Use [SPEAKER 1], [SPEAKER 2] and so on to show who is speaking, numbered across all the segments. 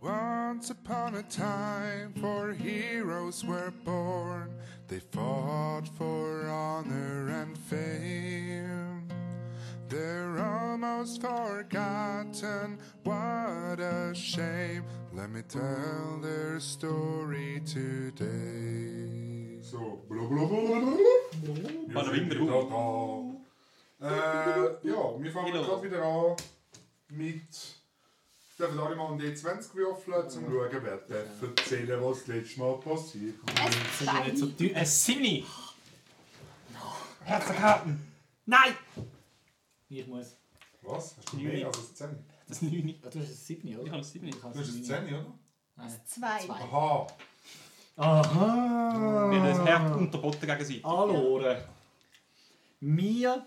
[SPEAKER 1] Once upon a time, four heroes were born. They fought for honor and fame. They're almost forgotten. What a shame. Let me tell their story today. Zo.
[SPEAKER 2] Bada bing, bada boom.
[SPEAKER 1] Äh, ja, wir fangen
[SPEAKER 2] Hallo.
[SPEAKER 1] gerade wieder an mit. Ich darf alle mal einen D20 würfeln, E um zu schauen, wer darf erzählen was das letzte Mal passiert ist.
[SPEAKER 3] Es
[SPEAKER 4] Nicht so
[SPEAKER 3] sei.
[SPEAKER 4] teuer.
[SPEAKER 5] Ein Simni! Herzerkarten! Nein!
[SPEAKER 4] Ich muss.
[SPEAKER 1] Was? Hast du
[SPEAKER 5] Neun.
[SPEAKER 1] mehr als eine 10?
[SPEAKER 5] Das ist 9.
[SPEAKER 4] Ah, Du hast ein 7,
[SPEAKER 2] Ich
[SPEAKER 4] oder?
[SPEAKER 2] habe es nicht.
[SPEAKER 4] Ich habe
[SPEAKER 1] Du hast eine 10, oder?
[SPEAKER 4] Nein.
[SPEAKER 3] Zwei.
[SPEAKER 1] Aha!
[SPEAKER 2] Wir haben das
[SPEAKER 4] Aha!
[SPEAKER 2] Herd unterboten gegen sie.
[SPEAKER 4] Allora. Wir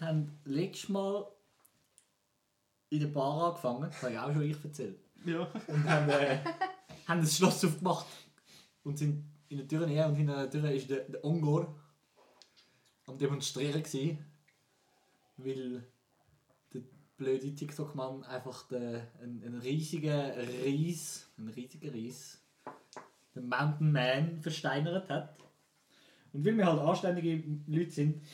[SPEAKER 4] haben letztes Mal in der Bar angefangen, das habe ich auch schon ich erzählt.
[SPEAKER 2] Ja.
[SPEAKER 4] Und haben, äh, haben das Schloss aufgemacht. Und sind in der Tür her und hinter der Tür war der, der Ongor am Demonstrieren. Gewesen, weil der blöde TikTok-Mann einfach den, einen, einen riesigen Ries, einen riesigen Ries, den Mountain Man versteinert hat. Und weil wir halt anständige Leute sind,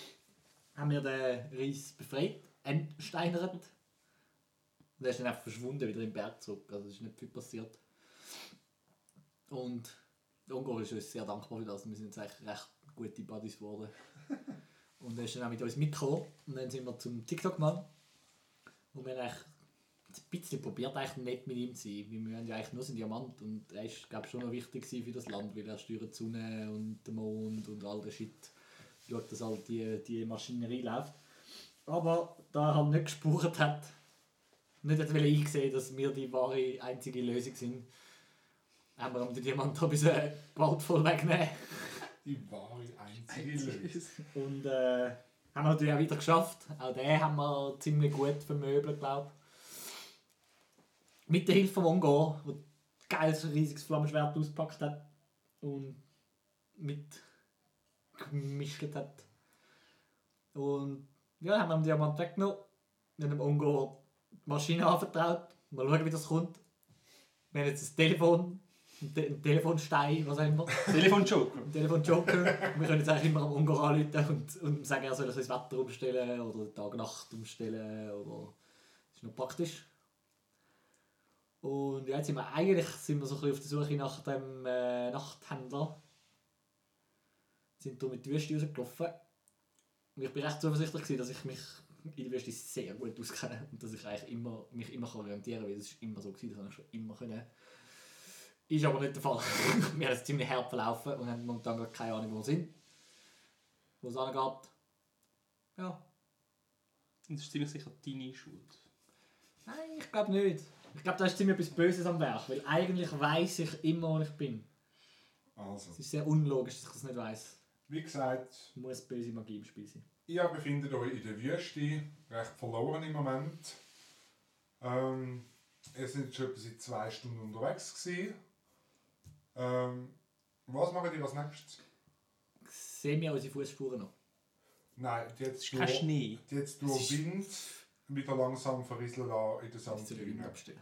[SPEAKER 4] haben wir den Ries befreit, entsteinert. Und er ist dann einfach verschwunden, wieder im Berg zurück. Also es ist nicht viel passiert. Und der Ungar ist uns sehr dankbar für das. Wir sind jetzt eigentlich recht gute Buddies geworden. Und er ist dann auch mit uns mitgekommen. Und dann sind wir zum TikTok-Mann. Und wir haben eigentlich ein bisschen probiert, eigentlich nett mit ihm zu sein. weil Wir haben ja eigentlich nur seinen Diamant. Und er ist, glaube ich, schon noch wichtig gewesen für das Land, weil er steuert die Sonne und den Mond und all den Shit. Schaut, dass all die, die Maschinerie läuft. Aber da er halt nicht gespurt hat, nicht hat wollte eingesehen, dass wir die wahre einzige Lösung sind, haben wir ihm den Diamant ein bisschen gewaltvoll wegnehmen.
[SPEAKER 1] Die wahre einzige Lösung.
[SPEAKER 4] Und äh, haben wir natürlich auch wieder geschafft. Auch den haben wir ziemlich gut vermöbelt, glaube ich. Mit der Hilfe von Mongo, der ein geiles riesiges Flammenschwert ausgepackt hat und mit gemischt hat. Und ja, haben wir den Diamant weggenommen. Dann dem Mongo die Maschine anvertraut. Mal schauen, wie das kommt. Wir haben jetzt ein Telefon, ein, Te ein Telefonstein, was auch immer.
[SPEAKER 2] Telefonjoker.
[SPEAKER 4] Am Telefon Joker. Wir können jetzt eigentlich immer am Ungar anrufen und, und sagen, er soll sich das Wetter umstellen oder Tag-Nacht umstellen. Oder das ist noch praktisch. Und ja, jetzt sind wir eigentlich sind wir so ein bisschen auf der Suche nach dem äh, Nachthändler. Sind darum in die Wüste rausgelaufen. Und ich bin recht zuversichtlich, gewesen, dass ich mich in der Wüste sehr gut auskenne und dass ich eigentlich immer, mich immer kann orientieren kann, weil das ist immer so gewesen, das habe ich schon immer können. Ist aber nicht der Fall. wir haben es ziemlich hart verlaufen und haben momentan gar keine Ahnung, wo wir sind. Wo es angeht. Ja.
[SPEAKER 2] Das ist ziemlich sicher deine Schuld.
[SPEAKER 4] Nein, ich glaube nicht. Ich glaube, da ist ziemlich etwas Böses am Werk, weil eigentlich weiß ich immer, wo ich bin.
[SPEAKER 1] Also,
[SPEAKER 4] Es ist sehr unlogisch, dass ich das nicht weiß.
[SPEAKER 1] wie gesagt,
[SPEAKER 4] Es muss böse Magie im Spiel sein.
[SPEAKER 1] ihr befindet euch in der Wüste, recht verloren im Moment. Ähm, ihr seid schon etwa seit zwei Stunden unterwegs. Gewesen. Ähm, was machen die als nächstes?
[SPEAKER 4] Sehen wir unsere Fußspuren noch?
[SPEAKER 1] Nein, jetzt
[SPEAKER 2] Kein Schnee.
[SPEAKER 1] Jetzt durch Wind wieder langsam verrieseln lassen in der
[SPEAKER 4] Bis zu den Wind
[SPEAKER 1] Sanddüne.
[SPEAKER 4] abstellen.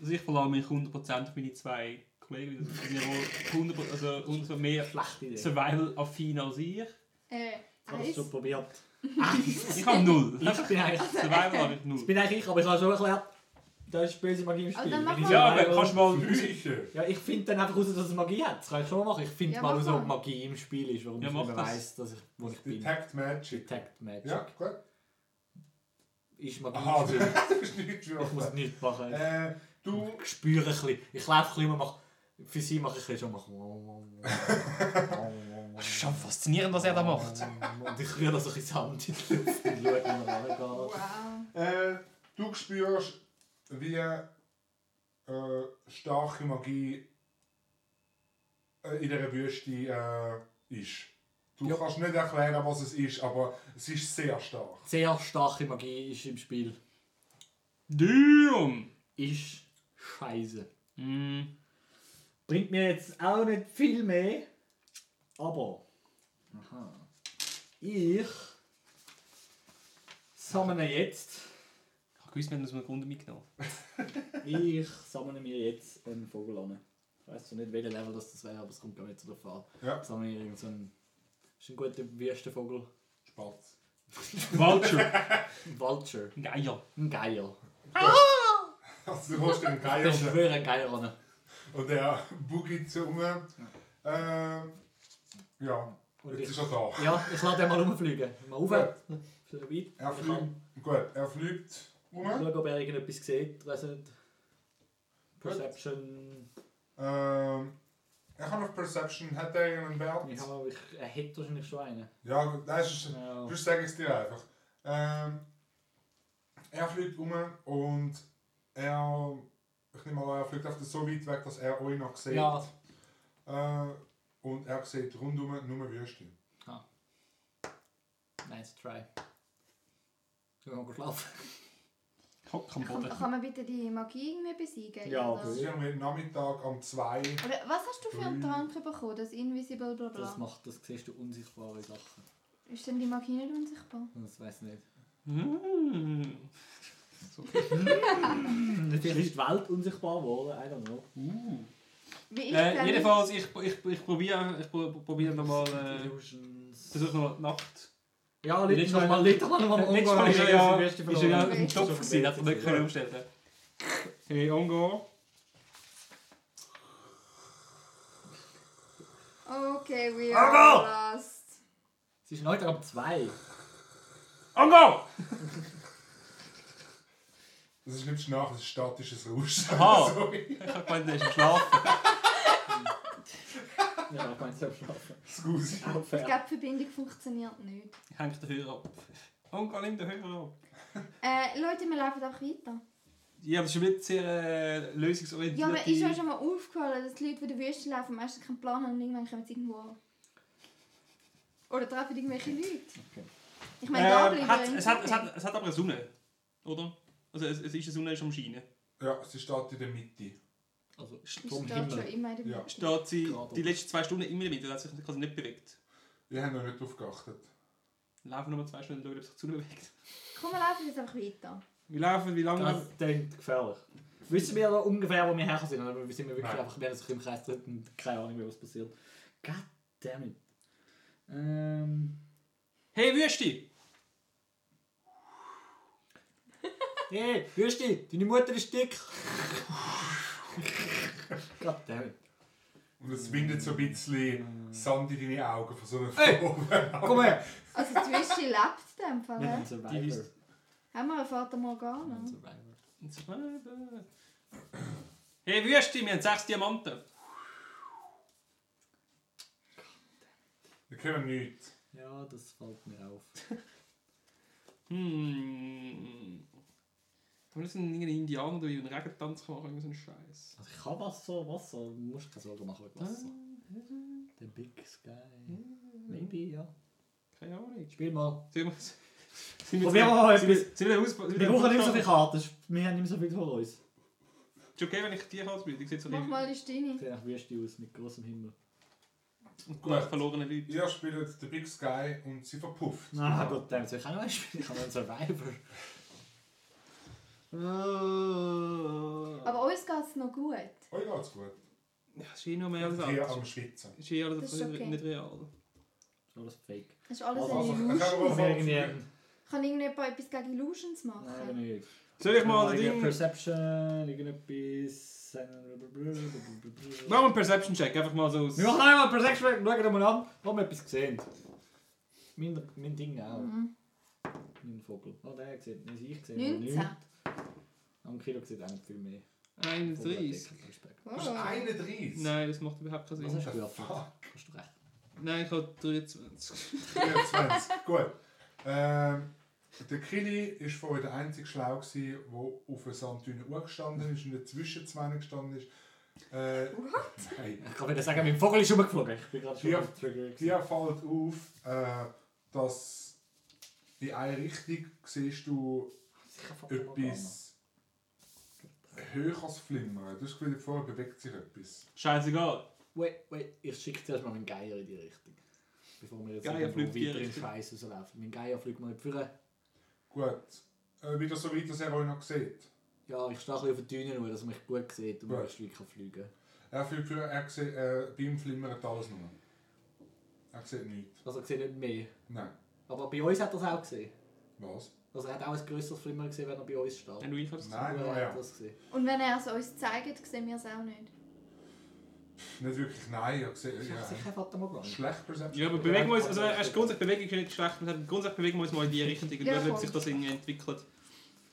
[SPEAKER 2] Also ich verlasse mich 100% auf meine zwei Kollegen, weil das sind ja wohl 100%, also umso mehr
[SPEAKER 4] Schlechte Idee.
[SPEAKER 2] Survival-affin als ich.
[SPEAKER 3] Äh,
[SPEAKER 4] Ich habe es
[SPEAKER 3] eins.
[SPEAKER 4] schon probiert.
[SPEAKER 2] Ich habe null.
[SPEAKER 4] Ich bin eigentlich,
[SPEAKER 2] Survival habe ich
[SPEAKER 4] ich
[SPEAKER 2] null.
[SPEAKER 4] bin eigentlich ich, aber ich habe schon erklärt, da ist böse Magie im
[SPEAKER 3] Aber
[SPEAKER 4] Spiel.
[SPEAKER 3] dann
[SPEAKER 4] Wenn
[SPEAKER 3] mach
[SPEAKER 4] ich
[SPEAKER 2] Ja, aber
[SPEAKER 4] Survival-
[SPEAKER 2] kannst du mal...
[SPEAKER 1] Sicher!
[SPEAKER 4] Ja, ich finde dann einfach raus, dass es Magie hat. Das kann ich schon mal machen. Ich finde
[SPEAKER 3] Ja,
[SPEAKER 4] mal
[SPEAKER 3] mach
[SPEAKER 4] raus,
[SPEAKER 3] mal.
[SPEAKER 4] ob Magie im Spiel ist, warum
[SPEAKER 2] Ja,
[SPEAKER 4] ich
[SPEAKER 2] mach
[SPEAKER 4] nicht mehr
[SPEAKER 2] das.
[SPEAKER 4] weiss, dass ich, wo ich bin.
[SPEAKER 1] Detect Magic.
[SPEAKER 4] Detect Magic.
[SPEAKER 1] Ja, gut.
[SPEAKER 4] Ist Magie
[SPEAKER 1] Aha,
[SPEAKER 4] im
[SPEAKER 1] du
[SPEAKER 4] Spiel.
[SPEAKER 1] bist nicht
[SPEAKER 4] Ich muss
[SPEAKER 1] schon.
[SPEAKER 4] nichts machen.
[SPEAKER 1] Äh, du.
[SPEAKER 4] Ich spüre ein bisschen. Ich laufe ein bisschen und mache... Für sie mache ich ein bisschen schon...
[SPEAKER 5] Das ist schon faszinierend, was er da macht.
[SPEAKER 4] Und ich rühre das ein bisschen Sand in die Luft und schaue, wie man angeht.
[SPEAKER 3] Wow.
[SPEAKER 1] Äh, du spürst, wie äh, starke Magie äh, in dieser Wüste äh, ist. Du
[SPEAKER 4] Ja.
[SPEAKER 1] kannst nicht erklären, was es ist, aber es ist sehr stark.
[SPEAKER 4] Sehr starke Magie ist im Spiel.
[SPEAKER 2] Damn!
[SPEAKER 4] Ist scheiße.
[SPEAKER 2] Mm.
[SPEAKER 4] Bringt mir jetzt auch nicht viel mehr. Aber. Aha. Ich. Sammle jetzt.
[SPEAKER 2] Ich habe gewusst, wir haben uns einen Grund mitgenommen.
[SPEAKER 4] Ich sammle mir jetzt einen Vogel an. Ich weiß zwar nicht, welcher Level das, das wäre, aber es kommt gar nicht zu der Frage.
[SPEAKER 1] Ja.
[SPEAKER 4] Ich sammle mir irgend so einen. Ist ein guter Wüstenvogel.
[SPEAKER 1] Spatz.
[SPEAKER 2] Vulture!
[SPEAKER 4] Ein Vulture.
[SPEAKER 2] Geier!
[SPEAKER 4] Ein Geier.
[SPEAKER 1] Also du holst dir einen Geier
[SPEAKER 4] Ich
[SPEAKER 1] und-
[SPEAKER 4] schwöre, ein Geier an.
[SPEAKER 1] und der bugelt so rum. Ähm, eh, ja,
[SPEAKER 4] Und
[SPEAKER 1] jetzt
[SPEAKER 4] ich,
[SPEAKER 1] ist er da.
[SPEAKER 4] ja, ich lasse den mal rumfliegen. Mal rauf. So weit.
[SPEAKER 1] Er
[SPEAKER 4] ich
[SPEAKER 1] fliegt,
[SPEAKER 4] kann-
[SPEAKER 1] gut, er fliegt
[SPEAKER 4] Ich
[SPEAKER 1] rum.
[SPEAKER 4] schaue, ob er irgendetwas sieht. Ich weiß nicht.
[SPEAKER 1] Gut.
[SPEAKER 4] Perception.
[SPEAKER 1] Ähm, er kann auf Perception, hat er irgendeinen Wert?
[SPEAKER 4] Ich habe, ich, er hat wahrscheinlich schon einen. Äh,
[SPEAKER 1] Ja, gut, das ist
[SPEAKER 4] Ja.
[SPEAKER 1] Sonst sage ich es dir einfach. Ähm, er fliegt um und er. Ich nehme mal an, er fliegt einfach so weit weg, dass er euch noch sieht.
[SPEAKER 4] Ja.
[SPEAKER 1] Äh, und er sieht rundum nur Würste.
[SPEAKER 4] Nice try. Ich kann schlafen.
[SPEAKER 2] Kock am
[SPEAKER 3] Kann,
[SPEAKER 2] Boden.
[SPEAKER 3] kann man bitte die Magie irgendwie besiegen?
[SPEAKER 4] Ja,
[SPEAKER 3] oder?
[SPEAKER 1] Es ist irgendwie Nachmittag am 2.
[SPEAKER 3] Oder was hast du für einen
[SPEAKER 1] Drei.
[SPEAKER 3] Trank bekommen? Das Invisible bla bla.
[SPEAKER 4] Das macht, das siehst du unsichtbare Sachen.
[SPEAKER 3] Ist denn die Magie nicht unsichtbar?
[SPEAKER 4] Das weiß ich nicht.
[SPEAKER 2] Mm. Hm.
[SPEAKER 4] Vielleicht ist die Welt unsichtbar geworden, I don't know.
[SPEAKER 2] Uh.
[SPEAKER 3] Wie ich
[SPEAKER 2] Äh,
[SPEAKER 3] glaube-
[SPEAKER 2] jedenfalls, ich, ich, ich probiere ich pro- probiere nochmal. Äh,
[SPEAKER 4] Illusions.
[SPEAKER 2] versuche nochmal die Nacht.
[SPEAKER 4] Ja,
[SPEAKER 2] Letztes
[SPEAKER 4] Leute,
[SPEAKER 2] Mal-
[SPEAKER 4] nochmal Leute, kann man
[SPEAKER 2] Letztes Mal ist er ja, ist er ja
[SPEAKER 3] verloren.
[SPEAKER 2] im Topf gewesen, hat er nicht können umstellen. Hey, Ongo.
[SPEAKER 3] Okay, we are lost.
[SPEAKER 4] Es ist heute ab 2.
[SPEAKER 2] Ongo!
[SPEAKER 1] Das ist nicht Schnarchen, das ist statisches Rauschen.
[SPEAKER 2] Aha.
[SPEAKER 1] Sorry.
[SPEAKER 2] Ich habe gemeint, er ist am Schlafen.
[SPEAKER 4] Ja, ich meine, es soll schlafen.
[SPEAKER 1] Excuse.
[SPEAKER 4] Auch
[SPEAKER 3] Ich
[SPEAKER 4] fair.
[SPEAKER 3] glaube, die Verbindung funktioniert nicht.
[SPEAKER 2] Ich hänge den Hörer ab. Ongo, nimm den Hörer ab.
[SPEAKER 3] Äh, Leute, wir laufen einfach weiter.
[SPEAKER 2] Ja, dus das ist schon nicht sehr äh, lösungsorientiert.
[SPEAKER 3] Ja, aber ist euch schon mal aufgefallen, dass die Leute, die in der Wüste laufen, meistens keinen Plan haben und irgendwann kommen sie irgendwo an? Oder treffen irgendwelche Leute?
[SPEAKER 4] Okay.
[SPEAKER 3] Ich meine, da
[SPEAKER 2] Ähm,
[SPEAKER 3] bleiben
[SPEAKER 2] hat,
[SPEAKER 3] wir
[SPEAKER 2] es, hat,
[SPEAKER 3] irgendwie.
[SPEAKER 2] es, hat, es hat aber eine Sonne, oder? Also es, es ist eine Sonne ist am Scheinen.
[SPEAKER 1] Ja, sie steht in der Mitte.
[SPEAKER 4] Also,
[SPEAKER 3] Ist
[SPEAKER 4] vom
[SPEAKER 3] dort schon
[SPEAKER 4] Himmel.
[SPEAKER 3] immer in der
[SPEAKER 1] Ja.
[SPEAKER 2] Steht sie
[SPEAKER 4] Gerade.
[SPEAKER 2] die letzten zwei Stunden immer wieder, das hat sich quasi nicht bewegt.
[SPEAKER 1] Ihr habt noch nicht drauf geachtet.
[SPEAKER 2] Laufen nochmal zwei Stunden und schauen, ob sich die Sonne bewegt.
[SPEAKER 3] Komm, wir laufen jetzt einfach weiter.
[SPEAKER 2] Wir laufen, wie lange?
[SPEAKER 4] Das klingt gefährlich. Wissen wir da ungefähr, wo wir herkommen sind? Oder sind wir wirklich
[SPEAKER 1] Nein.
[SPEAKER 4] einfach, wir haben sich im Kreis gedreht und keine Ahnung, mehr, was passiert? God damn it. Ähm.
[SPEAKER 2] Hey Wüste!
[SPEAKER 4] Hey, Würsti, deine Mutter ist dick. God damn it.
[SPEAKER 1] Und es windet so ein bisschen Sand in deine Augen von so einer
[SPEAKER 4] Ey,
[SPEAKER 1] Frau.
[SPEAKER 4] Komm her.
[SPEAKER 3] Also die Wüste lebt in dem Fall.
[SPEAKER 4] Wir haben
[SPEAKER 3] Ja.
[SPEAKER 4] einen Survivor.
[SPEAKER 2] Die
[SPEAKER 4] Wir
[SPEAKER 2] ist-
[SPEAKER 4] haben
[SPEAKER 3] Haben wir einen Vater Morgana?
[SPEAKER 4] einen Survivor.
[SPEAKER 2] "Äh, Hey Wüste, wir haben sechs Diamanten.
[SPEAKER 1] Wir können nichts.
[SPEAKER 4] Ja, das fällt mir auf.
[SPEAKER 2] Hm. Aber das sind irgendeine Indianer, die einen Regentanz machen, irgend so einen Scheiß.
[SPEAKER 4] Also ich kann Wasser, Wasser. Du musst keine Sorgen machen mit Wasser. The Big Sky. Maybe, ja.
[SPEAKER 2] Keine Ahnung.
[SPEAKER 4] Spiel mal.
[SPEAKER 2] Sind wir, sind
[SPEAKER 4] Probieren wir mal
[SPEAKER 2] sind wir,
[SPEAKER 4] etwas.
[SPEAKER 2] sind wir, aus- sind
[SPEAKER 4] Wir
[SPEAKER 2] wir
[SPEAKER 4] brauchen nicht so viele Karten. Wir haben nicht so viel vor uns.
[SPEAKER 2] Ist okay, wenn ich die Karte spiele? Ich sehe so
[SPEAKER 3] Mach
[SPEAKER 2] die
[SPEAKER 3] mal die Stimme.
[SPEAKER 4] Sieht nach Würste aus, mit großem Himmel.
[SPEAKER 2] gut verlorenen Leute.
[SPEAKER 1] Ihr spielt The Big Sky und sie verpufft.
[SPEAKER 4] Ah, Gott, damit soll ich auch noch ein Spiel. Ich habe einen Survivor.
[SPEAKER 3] Aber uns geht es noch gut.
[SPEAKER 1] Euch geht's gut.
[SPEAKER 2] Ja, es ist eh noch mehr als
[SPEAKER 1] Hier
[SPEAKER 2] das.
[SPEAKER 1] am Schwitzen.
[SPEAKER 2] Es ist eh alles
[SPEAKER 3] Das ist okay.
[SPEAKER 2] nicht real.
[SPEAKER 4] Alles fake.
[SPEAKER 3] Das ist alles
[SPEAKER 4] Also,
[SPEAKER 3] eine
[SPEAKER 1] also, ich
[SPEAKER 3] Illusion.
[SPEAKER 1] habe-
[SPEAKER 4] Haben wir irgendwie-
[SPEAKER 3] Kann irgendjemand etwas gegen Illusions machen?
[SPEAKER 4] Nein, nicht.
[SPEAKER 2] Soll ich mal den
[SPEAKER 4] Irgendeine
[SPEAKER 2] Ding...
[SPEAKER 4] Oh Perception, irgendetwas. Wir
[SPEAKER 2] Machen wir einen Perception-Check, einfach mal so... aus-
[SPEAKER 4] machen einmal Perception, schauen wir mal an, ob wir etwas gesehen mein, mein Ding auch,
[SPEAKER 3] Mhm.
[SPEAKER 4] mein Vogel. Oh, der sieht nicht, ich sehe nur
[SPEAKER 3] 19.
[SPEAKER 4] nichts. Am Kilo sieht auch nicht viel mehr.
[SPEAKER 2] 31.
[SPEAKER 4] Vogelabdeckung, Respekt.
[SPEAKER 1] Du bist
[SPEAKER 3] Oh.
[SPEAKER 1] 31.
[SPEAKER 2] Ah. Nein, das macht überhaupt keinen
[SPEAKER 4] Was
[SPEAKER 2] Sinn.
[SPEAKER 4] hast du
[SPEAKER 1] fuck?
[SPEAKER 4] geworfen? Hast du recht.
[SPEAKER 2] Nein, ich habe 23.
[SPEAKER 1] 24. Gut. Ähm, der Kili war vorher der einzige Schlau, gewesen, der auf einer Sanddüne gestanden ist und dazwischen zwei gestanden ist. Äh, nein.
[SPEAKER 4] Ich kann wieder sagen, mein Vogel ist rumgeflogen. Ich bin gerade schon
[SPEAKER 1] Ja.
[SPEAKER 4] auf Trigger.
[SPEAKER 1] Dir fällt auf, äh, dass in eine Richtung siehst du
[SPEAKER 4] Sicher Vogel
[SPEAKER 1] etwas höheres Flimmern. Du hast das Gefühl, vorher bewegt sich etwas.
[SPEAKER 2] Scheißegal.
[SPEAKER 4] Wait, wait, ich schicke zuerst mal meinen Geier in die Richtung. Bevor wir jetzt
[SPEAKER 2] Geier
[SPEAKER 4] irgendwo
[SPEAKER 2] fliegt in die
[SPEAKER 4] weiter in den
[SPEAKER 2] Richtung.
[SPEAKER 4] Scheiß rauslaufen. Mein Geier fliegt mal nicht vorne.
[SPEAKER 1] Gut. äh, wieder so weit, dass er euch noch sieht.
[SPEAKER 4] Ja, ich stehe ein bisschen auf den Dünen, nur, dass man mich gut sieht und
[SPEAKER 1] Ja.
[SPEAKER 4] man ja. Stück kann fliegen
[SPEAKER 1] Er fühlt für, er sieht, äh, bei ihm flimmert alles nur. Er sieht nichts.
[SPEAKER 4] Also ich sehe nicht mehr.
[SPEAKER 1] Nein.
[SPEAKER 4] Aber bei uns hat er es auch gesehen.
[SPEAKER 1] Was?
[SPEAKER 4] Also er hat auch ein grösseres Flimmer gesehen, wenn er bei uns steht.
[SPEAKER 2] Dann du ich hab's
[SPEAKER 1] Nein,
[SPEAKER 4] Nur
[SPEAKER 1] ja,
[SPEAKER 4] er
[SPEAKER 1] ja.
[SPEAKER 4] hat das gesehen.
[SPEAKER 3] Und wenn er es uns zeigt, sehen wir es auch nicht.
[SPEAKER 1] Nicht wirklich nein, er sieht...
[SPEAKER 4] Ich habe
[SPEAKER 1] Ja.
[SPEAKER 4] sicher Vater Morgan.
[SPEAKER 1] Schlecht Perception.
[SPEAKER 2] Ja, aber bewegen wir uns, also erst grundsätzlich Bewegung ist nicht schlecht, wir haben- grundsätzlich bewegen wir uns mal in die Richtung, und
[SPEAKER 3] Ja,
[SPEAKER 2] schauen, ob
[SPEAKER 3] voll.
[SPEAKER 2] sich das irgendwie entwickelt.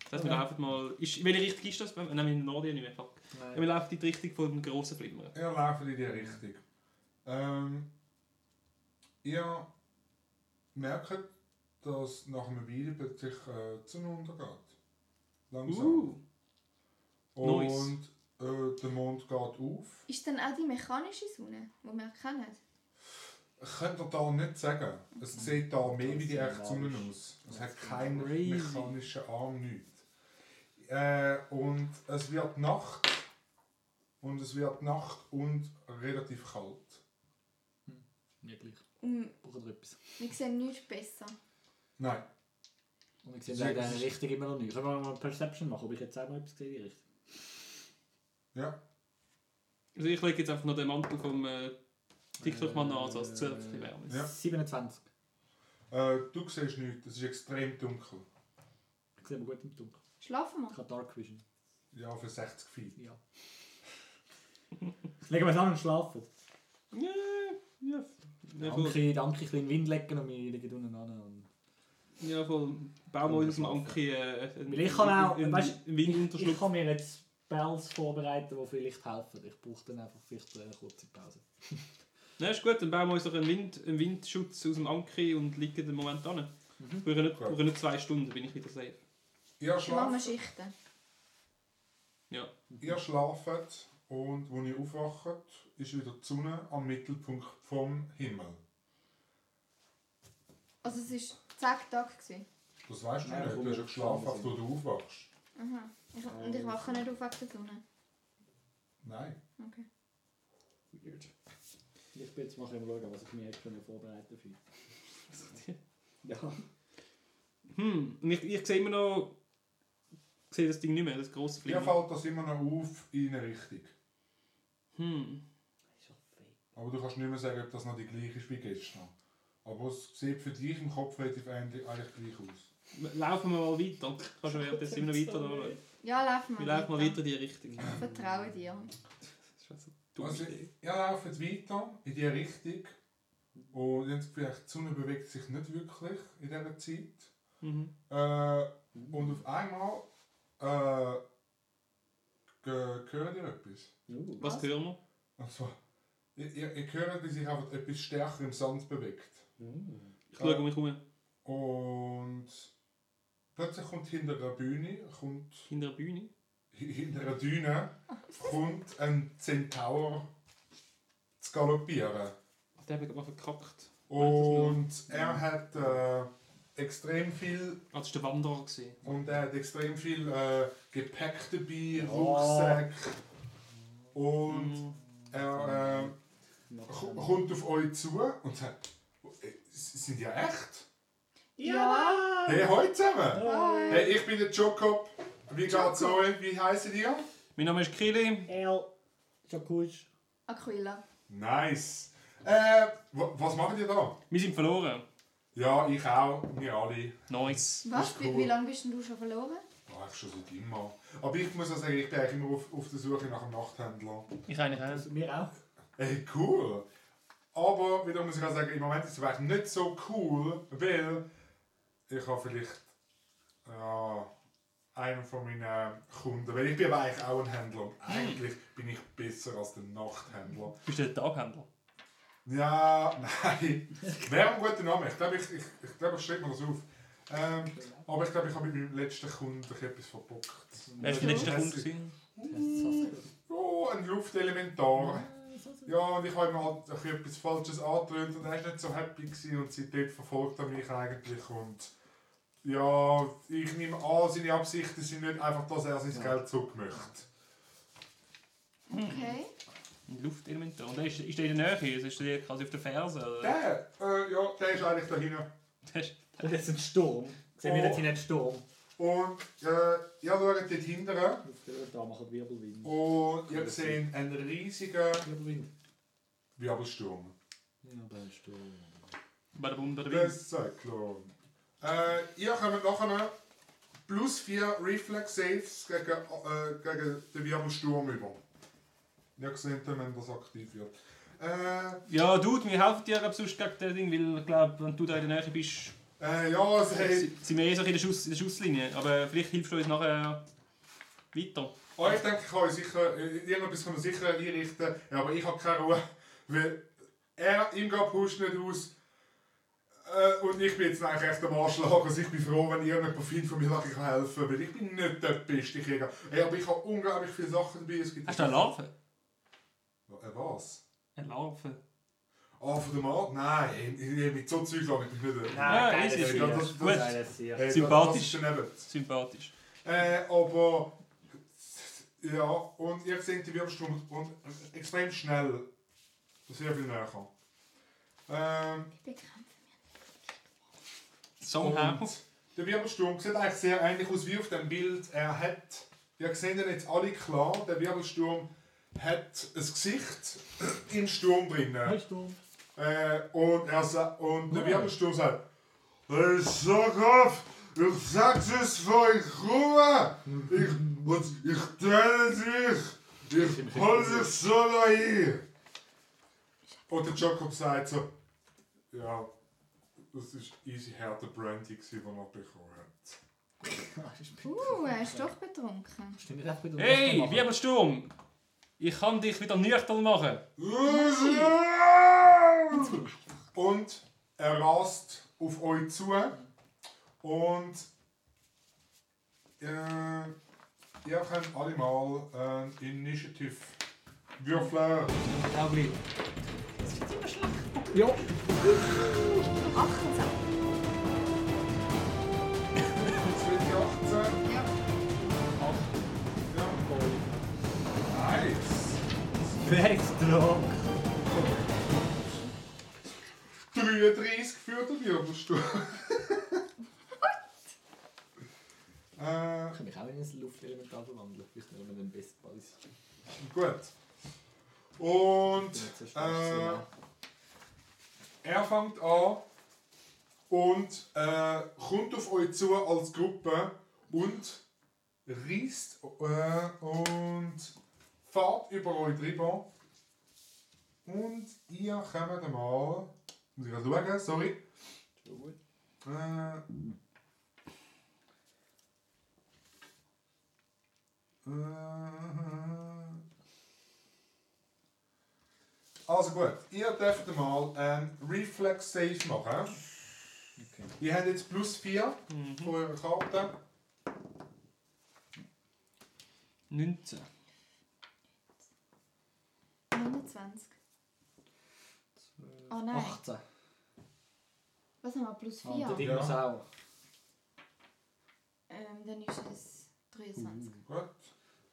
[SPEAKER 2] Das heißt, wir
[SPEAKER 4] Ja.
[SPEAKER 2] laufen mal... Ist, welche Richtung ist das? Nein, wir in Norden nicht mehr, fuck. Ja, wir
[SPEAKER 4] Nein.
[SPEAKER 2] laufen in die Richtung von dem grossen Flimmer.
[SPEAKER 1] Ihr lauft in die Richtung. Ähm, ihr merkt, dass nach einer Weile plötzlich äh, die Sonne untergeht. Langsam.
[SPEAKER 2] Uh,
[SPEAKER 1] Und
[SPEAKER 2] nice.
[SPEAKER 1] äh, der Mond geht auf.
[SPEAKER 3] Ist dann auch die mechanische Sonne, die wir kennen?
[SPEAKER 1] Könnt ihr da nicht sagen. Es sieht da mehr wie die echte Sonne aus. Es hat keinen
[SPEAKER 2] Crazy.
[SPEAKER 1] mechanischen Arm, nichts. Äh, und es wird Nacht. Und es wird Nacht und relativ kalt.
[SPEAKER 4] Mir gleich.
[SPEAKER 3] Und
[SPEAKER 4] Braucht er etwas.
[SPEAKER 3] wir sehen nichts besser.
[SPEAKER 1] Nein.
[SPEAKER 4] Und ich sehe
[SPEAKER 1] Sie-
[SPEAKER 4] in dieser Richtung immer noch nichts. Können wir mal eine Perception machen, ob ich jetzt auch mal etwas sehe in die Richtung?
[SPEAKER 2] Also ich lege jetzt einfach noch den Mantel vom äh, TikTok-Mann an, so als
[SPEAKER 4] Äh,
[SPEAKER 2] zusätzliche Wärme.
[SPEAKER 1] Ja.
[SPEAKER 4] 27.
[SPEAKER 1] Äh, du siehst nichts, es ist extrem dunkel.
[SPEAKER 4] Ich sehe aber gut im Dunkeln.
[SPEAKER 3] Schlafen wir?
[SPEAKER 4] Ich habe Dark Vision.
[SPEAKER 1] Ja, für 60 Feet.
[SPEAKER 4] Ja. Legen wir es an und schlafen.
[SPEAKER 2] Ja, ja. Ja, voll.
[SPEAKER 4] Danke, danke, ich will in den Wind legen und wir liegen unten an. Und
[SPEAKER 2] Ja, voll. Bauen wir uns aus dem Anki äh,
[SPEAKER 4] Weil ich kann auch-
[SPEAKER 2] einen,
[SPEAKER 4] weißt
[SPEAKER 2] einen
[SPEAKER 4] ich, ich
[SPEAKER 2] Windunterschlupf.
[SPEAKER 4] kann mir jetzt Spells vorbereiten, die vielleicht helfen. Ich brauche dann einfach vielleicht eine kurze Pause.
[SPEAKER 2] Ja, ist gut, dann bauen wir uns noch einen, Wind, einen Windschutz aus dem Anki und liegen den Moment an.
[SPEAKER 4] Mhm.
[SPEAKER 2] Ich brauche nicht,
[SPEAKER 1] Gut.
[SPEAKER 2] brauche nicht zwei Stunden, bin ich wieder safe.
[SPEAKER 1] Ihr
[SPEAKER 3] Dann machen wir
[SPEAKER 1] schlaft,
[SPEAKER 3] Schichten.
[SPEAKER 1] ihr schlaft und als ihr aufwacht, ist wieder die Sonne am Mittelpunkt vom Himmel.
[SPEAKER 3] Also es war zack Tag. Gewesen.
[SPEAKER 1] Das weißt du
[SPEAKER 4] Nein,
[SPEAKER 1] nicht,
[SPEAKER 4] komm,
[SPEAKER 1] du hast ja
[SPEAKER 4] wir
[SPEAKER 1] geschlafen, als
[SPEAKER 4] schlafen.
[SPEAKER 1] du aufwachst.
[SPEAKER 3] Aha. Ich, und ich wache nicht auf wegen der Sonne.
[SPEAKER 1] Nein.
[SPEAKER 3] Okay.
[SPEAKER 4] Weird. Ich bin jetzt mal schauen, was ich mir hätte können vorbereiten für. Ja.
[SPEAKER 2] Hm, und ich, ich sehe immer noch... Ich sehe das Ding nicht mehr, das grosse
[SPEAKER 1] Mir
[SPEAKER 2] Flimmer.
[SPEAKER 1] fällt das immer noch auf in eine Richtung.
[SPEAKER 2] Hm.
[SPEAKER 1] Aber du kannst nicht mehr sagen, ob das noch die gleiche ist wie gestern. Aber es sieht für dich im Kopf relativ ähnlich, eigentlich gleich aus.
[SPEAKER 2] Laufen wir mal weiter. Kannst du mir das immer noch weiter anschauen?
[SPEAKER 3] Ja, laufen
[SPEAKER 2] Wir
[SPEAKER 3] wir.
[SPEAKER 2] laufen mal weiter in die Richtung. Das
[SPEAKER 3] Ich vertraue dir.
[SPEAKER 2] ist schon so
[SPEAKER 1] Also,
[SPEAKER 2] dumm.
[SPEAKER 1] ihr lauft weiter in die Richtung. Und jetzt vielleicht die Sonne bewegt sich nicht wirklich in dieser Zeit.
[SPEAKER 2] Mhm.
[SPEAKER 1] Äh, und auf einmal äh, ge- hört ihr etwas.
[SPEAKER 4] Uh.
[SPEAKER 2] Was
[SPEAKER 3] Was?
[SPEAKER 2] hören wir?
[SPEAKER 1] Also, ihr, ihr, ihr hört, wie sich einfach etwas stärker im Sand bewegt.
[SPEAKER 4] Mm.
[SPEAKER 2] Ich schaue
[SPEAKER 1] Äh.
[SPEAKER 2] um mich herum.
[SPEAKER 1] Und plötzlich kommt hinter der Bühne, kommt
[SPEAKER 2] Hinter der Bühne.
[SPEAKER 1] hinter der Düne, kommt ein Zentaur zu galoppieren.
[SPEAKER 2] Der hat aber verkackt.
[SPEAKER 1] Und er hat äh, extrem viel
[SPEAKER 2] Ah, das war der Wanderer. gewesen.
[SPEAKER 1] Und er hat extrem viel äh, Gepäck dabei,
[SPEAKER 4] Oh.
[SPEAKER 1] Rucksack. Und
[SPEAKER 2] Mhm.
[SPEAKER 1] er äh, ko- kommt auf euch zu und sagt, «Äh, sind ihr echt?
[SPEAKER 3] Ja!
[SPEAKER 1] Hey, heute zusammen!
[SPEAKER 3] Hi!
[SPEAKER 1] Hey, ich bin der Jacob. Wie geht's euch? Wie heißt ihr?
[SPEAKER 2] Mein Name ist Kili.
[SPEAKER 4] El. Jakusch.
[SPEAKER 3] Aquila.
[SPEAKER 1] Nice. Äh, wa- was macht ihr da?
[SPEAKER 2] Wir sind verloren.
[SPEAKER 1] Ja, ich auch. Wir alle.
[SPEAKER 2] Nice.
[SPEAKER 1] Ist
[SPEAKER 3] Was? Wie,
[SPEAKER 1] cool.
[SPEAKER 3] wie lange bist denn du schon verloren?
[SPEAKER 1] Ah, ich schon seit immer. Aber ich muss auch sagen, ich bin eigentlich immer auf, auf der Suche nach einem Nachthändler.
[SPEAKER 5] Ich eigentlich auch.
[SPEAKER 4] Also mir auch.
[SPEAKER 1] Ey, cool. Aber wiederum muss ich auch sagen, im Moment ist es vielleicht nicht so cool, weil ich habe vielleicht ja, einen von meinen Kunden, weil ich bin aber eigentlich auch ein Händler und eigentlich bin ich besser als der Nachthändler.
[SPEAKER 2] Bist du der Taghändler?
[SPEAKER 1] Ja, nein. Wäre ein guter Name. Ich glaube, ich, ich, ich, glaube, ich schreibe mir das auf. Ähm, aber ich glaube, ich habe mit meinem letzten Kunden etwas verbockt.
[SPEAKER 2] Wer ist der letzte Kunde? gewesen?
[SPEAKER 1] Oh, ein Luftelementar. Ja, und ich habe ihm halt ein bisschen etwas Falsches angetönt und er war nicht so happy gewesen und seitdem verfolgt er mich eigentlich und ja, ich nehme an, seine Absichten sind nicht einfach, dass er sein Geld zurück möchte.
[SPEAKER 3] Okay.
[SPEAKER 2] Ein Luftelementar. Und der ist, ist der in der Nähe? Also Ist der quasi auf der Ferse? Oder?
[SPEAKER 1] Der, äh, ja, der ist eigentlich dahinter.
[SPEAKER 2] Der ist-
[SPEAKER 4] Und jetzt ein Sturm. Sehen wir
[SPEAKER 1] Oh.
[SPEAKER 4] jetzt hier einen Sturm?
[SPEAKER 1] Und äh, ihr schaut dort hinterher
[SPEAKER 4] Da macht Wirbelwind.
[SPEAKER 1] und ihr seht einen riesigen
[SPEAKER 4] Wirbelwind.
[SPEAKER 1] Wirbelsturm.
[SPEAKER 4] Ja, das ist doch...
[SPEAKER 2] Badabum, badabim.
[SPEAKER 1] Besserklon. Äh, ihr kommt nachher plus 4 Reflex Saves gegen, äh, gegen den Wirbelsturm über. Ihr seht dann, wenn das aktiv wird. Äh,
[SPEAKER 2] Ja, Dude, wir helfen dir ab sonst gegen das Ding, weil ich glaube, wenn du da in der Nähe bist,
[SPEAKER 1] äh, ja, es hat,
[SPEAKER 2] sind wir eh so ein bisschen in der, Schuss, in der Schusslinie. Aber vielleicht hilfst du uns nachher weiter.
[SPEAKER 1] oh, ich denke, ich kann euch sicher, äh, irgendetwas kann ich sicher einrichten, ja, aber ich habe keine Ruhe, weil er, ihm geht Push nicht aus. Äh, und ich bin jetzt eigentlich echt am Arschlag, also ich bin froh, wenn irgendjemand findet von mir, dass ich helfen kann, weil ich bin nicht der beste Krieger. Ey, aber ich habe unglaublich viele Sachen dabei. Es gibt
[SPEAKER 2] Hast du eine Larve?
[SPEAKER 1] Äh, was?
[SPEAKER 2] Eine Larve?
[SPEAKER 1] Ah, von dem Art? Nein, ich, ich, mit so Zeug lasse ich mich nicht Äh,
[SPEAKER 2] Nein.
[SPEAKER 5] geiles
[SPEAKER 2] easy.
[SPEAKER 5] Tier.
[SPEAKER 1] Das- das-
[SPEAKER 5] Geiles Tier.
[SPEAKER 1] Hey,
[SPEAKER 2] Sympathisch.
[SPEAKER 1] Das, das ist
[SPEAKER 2] Sympathisch.
[SPEAKER 1] daneben. Äh, aber... Ja, und ihr seht die Wirbelsturm und extrem schnell. Das ist sehr viel näher. Ähm,
[SPEAKER 3] Ich bekämpfe mich.
[SPEAKER 2] Somehow.
[SPEAKER 1] Und der Wirbelsturm sieht eigentlich sehr ähnlich aus wie auf dem Bild. Er hat, ihr seht ihn jetzt alle klar, der Wirbelsturm hat ein Gesicht im Sturm drinnen.
[SPEAKER 4] Weißt du?
[SPEAKER 1] Äh, und er sa- und ne, der
[SPEAKER 4] Ja.
[SPEAKER 1] Wirbelsturm sagt, ich sag auf, ich sag's es vor euch Ruhe, ich, und ich teile dich, ich hol dich so ein. Und der Jacob sagt so, ja, das ist easy härter Brandy, gewesen, den er bekommen hat.
[SPEAKER 3] Uh, er ist doch betrunken.
[SPEAKER 4] Stimmt nicht einfach wieder
[SPEAKER 2] Hey,
[SPEAKER 4] was machen.
[SPEAKER 2] Wirbelsturm! Ich kann dich wieder nüchtern machen.
[SPEAKER 1] Hm. Und er rast auf euch zu. Und äh, ihr könnt alle mal ein Initiative würfeln.
[SPEAKER 4] Ja, gleich.
[SPEAKER 3] Achtung,
[SPEAKER 1] Das wird die 18.
[SPEAKER 3] ja.
[SPEAKER 1] Ja. Nice.
[SPEAKER 4] Backstroke.
[SPEAKER 1] 33 für den Wirbelsturm. äh,
[SPEAKER 4] Ich kann mich auch in ein Luftelemental verwandeln. Vielleicht nehmen wir den besten Basis.
[SPEAKER 1] gut. Und äh, Er fängt an und äh, kommt auf euch zu als Gruppe und riest äh, und fährt über euch drüber. Und ihr kommt mal. Muss ich gerade schauen, sorry. Äh, eh, äh, also gut, ihr dürft mal einen Reflex Save machen.
[SPEAKER 4] Okay.
[SPEAKER 1] Ihr habt jetzt plus 4 von eurer Karte.
[SPEAKER 2] 19.
[SPEAKER 3] 29. Oh nein.
[SPEAKER 4] 18.
[SPEAKER 3] Was haben wir? Plus
[SPEAKER 4] Ah, Und der
[SPEAKER 3] 4?
[SPEAKER 1] Ding.
[SPEAKER 4] Dinosaurier.
[SPEAKER 3] Ähm, dann ist es 23.
[SPEAKER 1] Gut.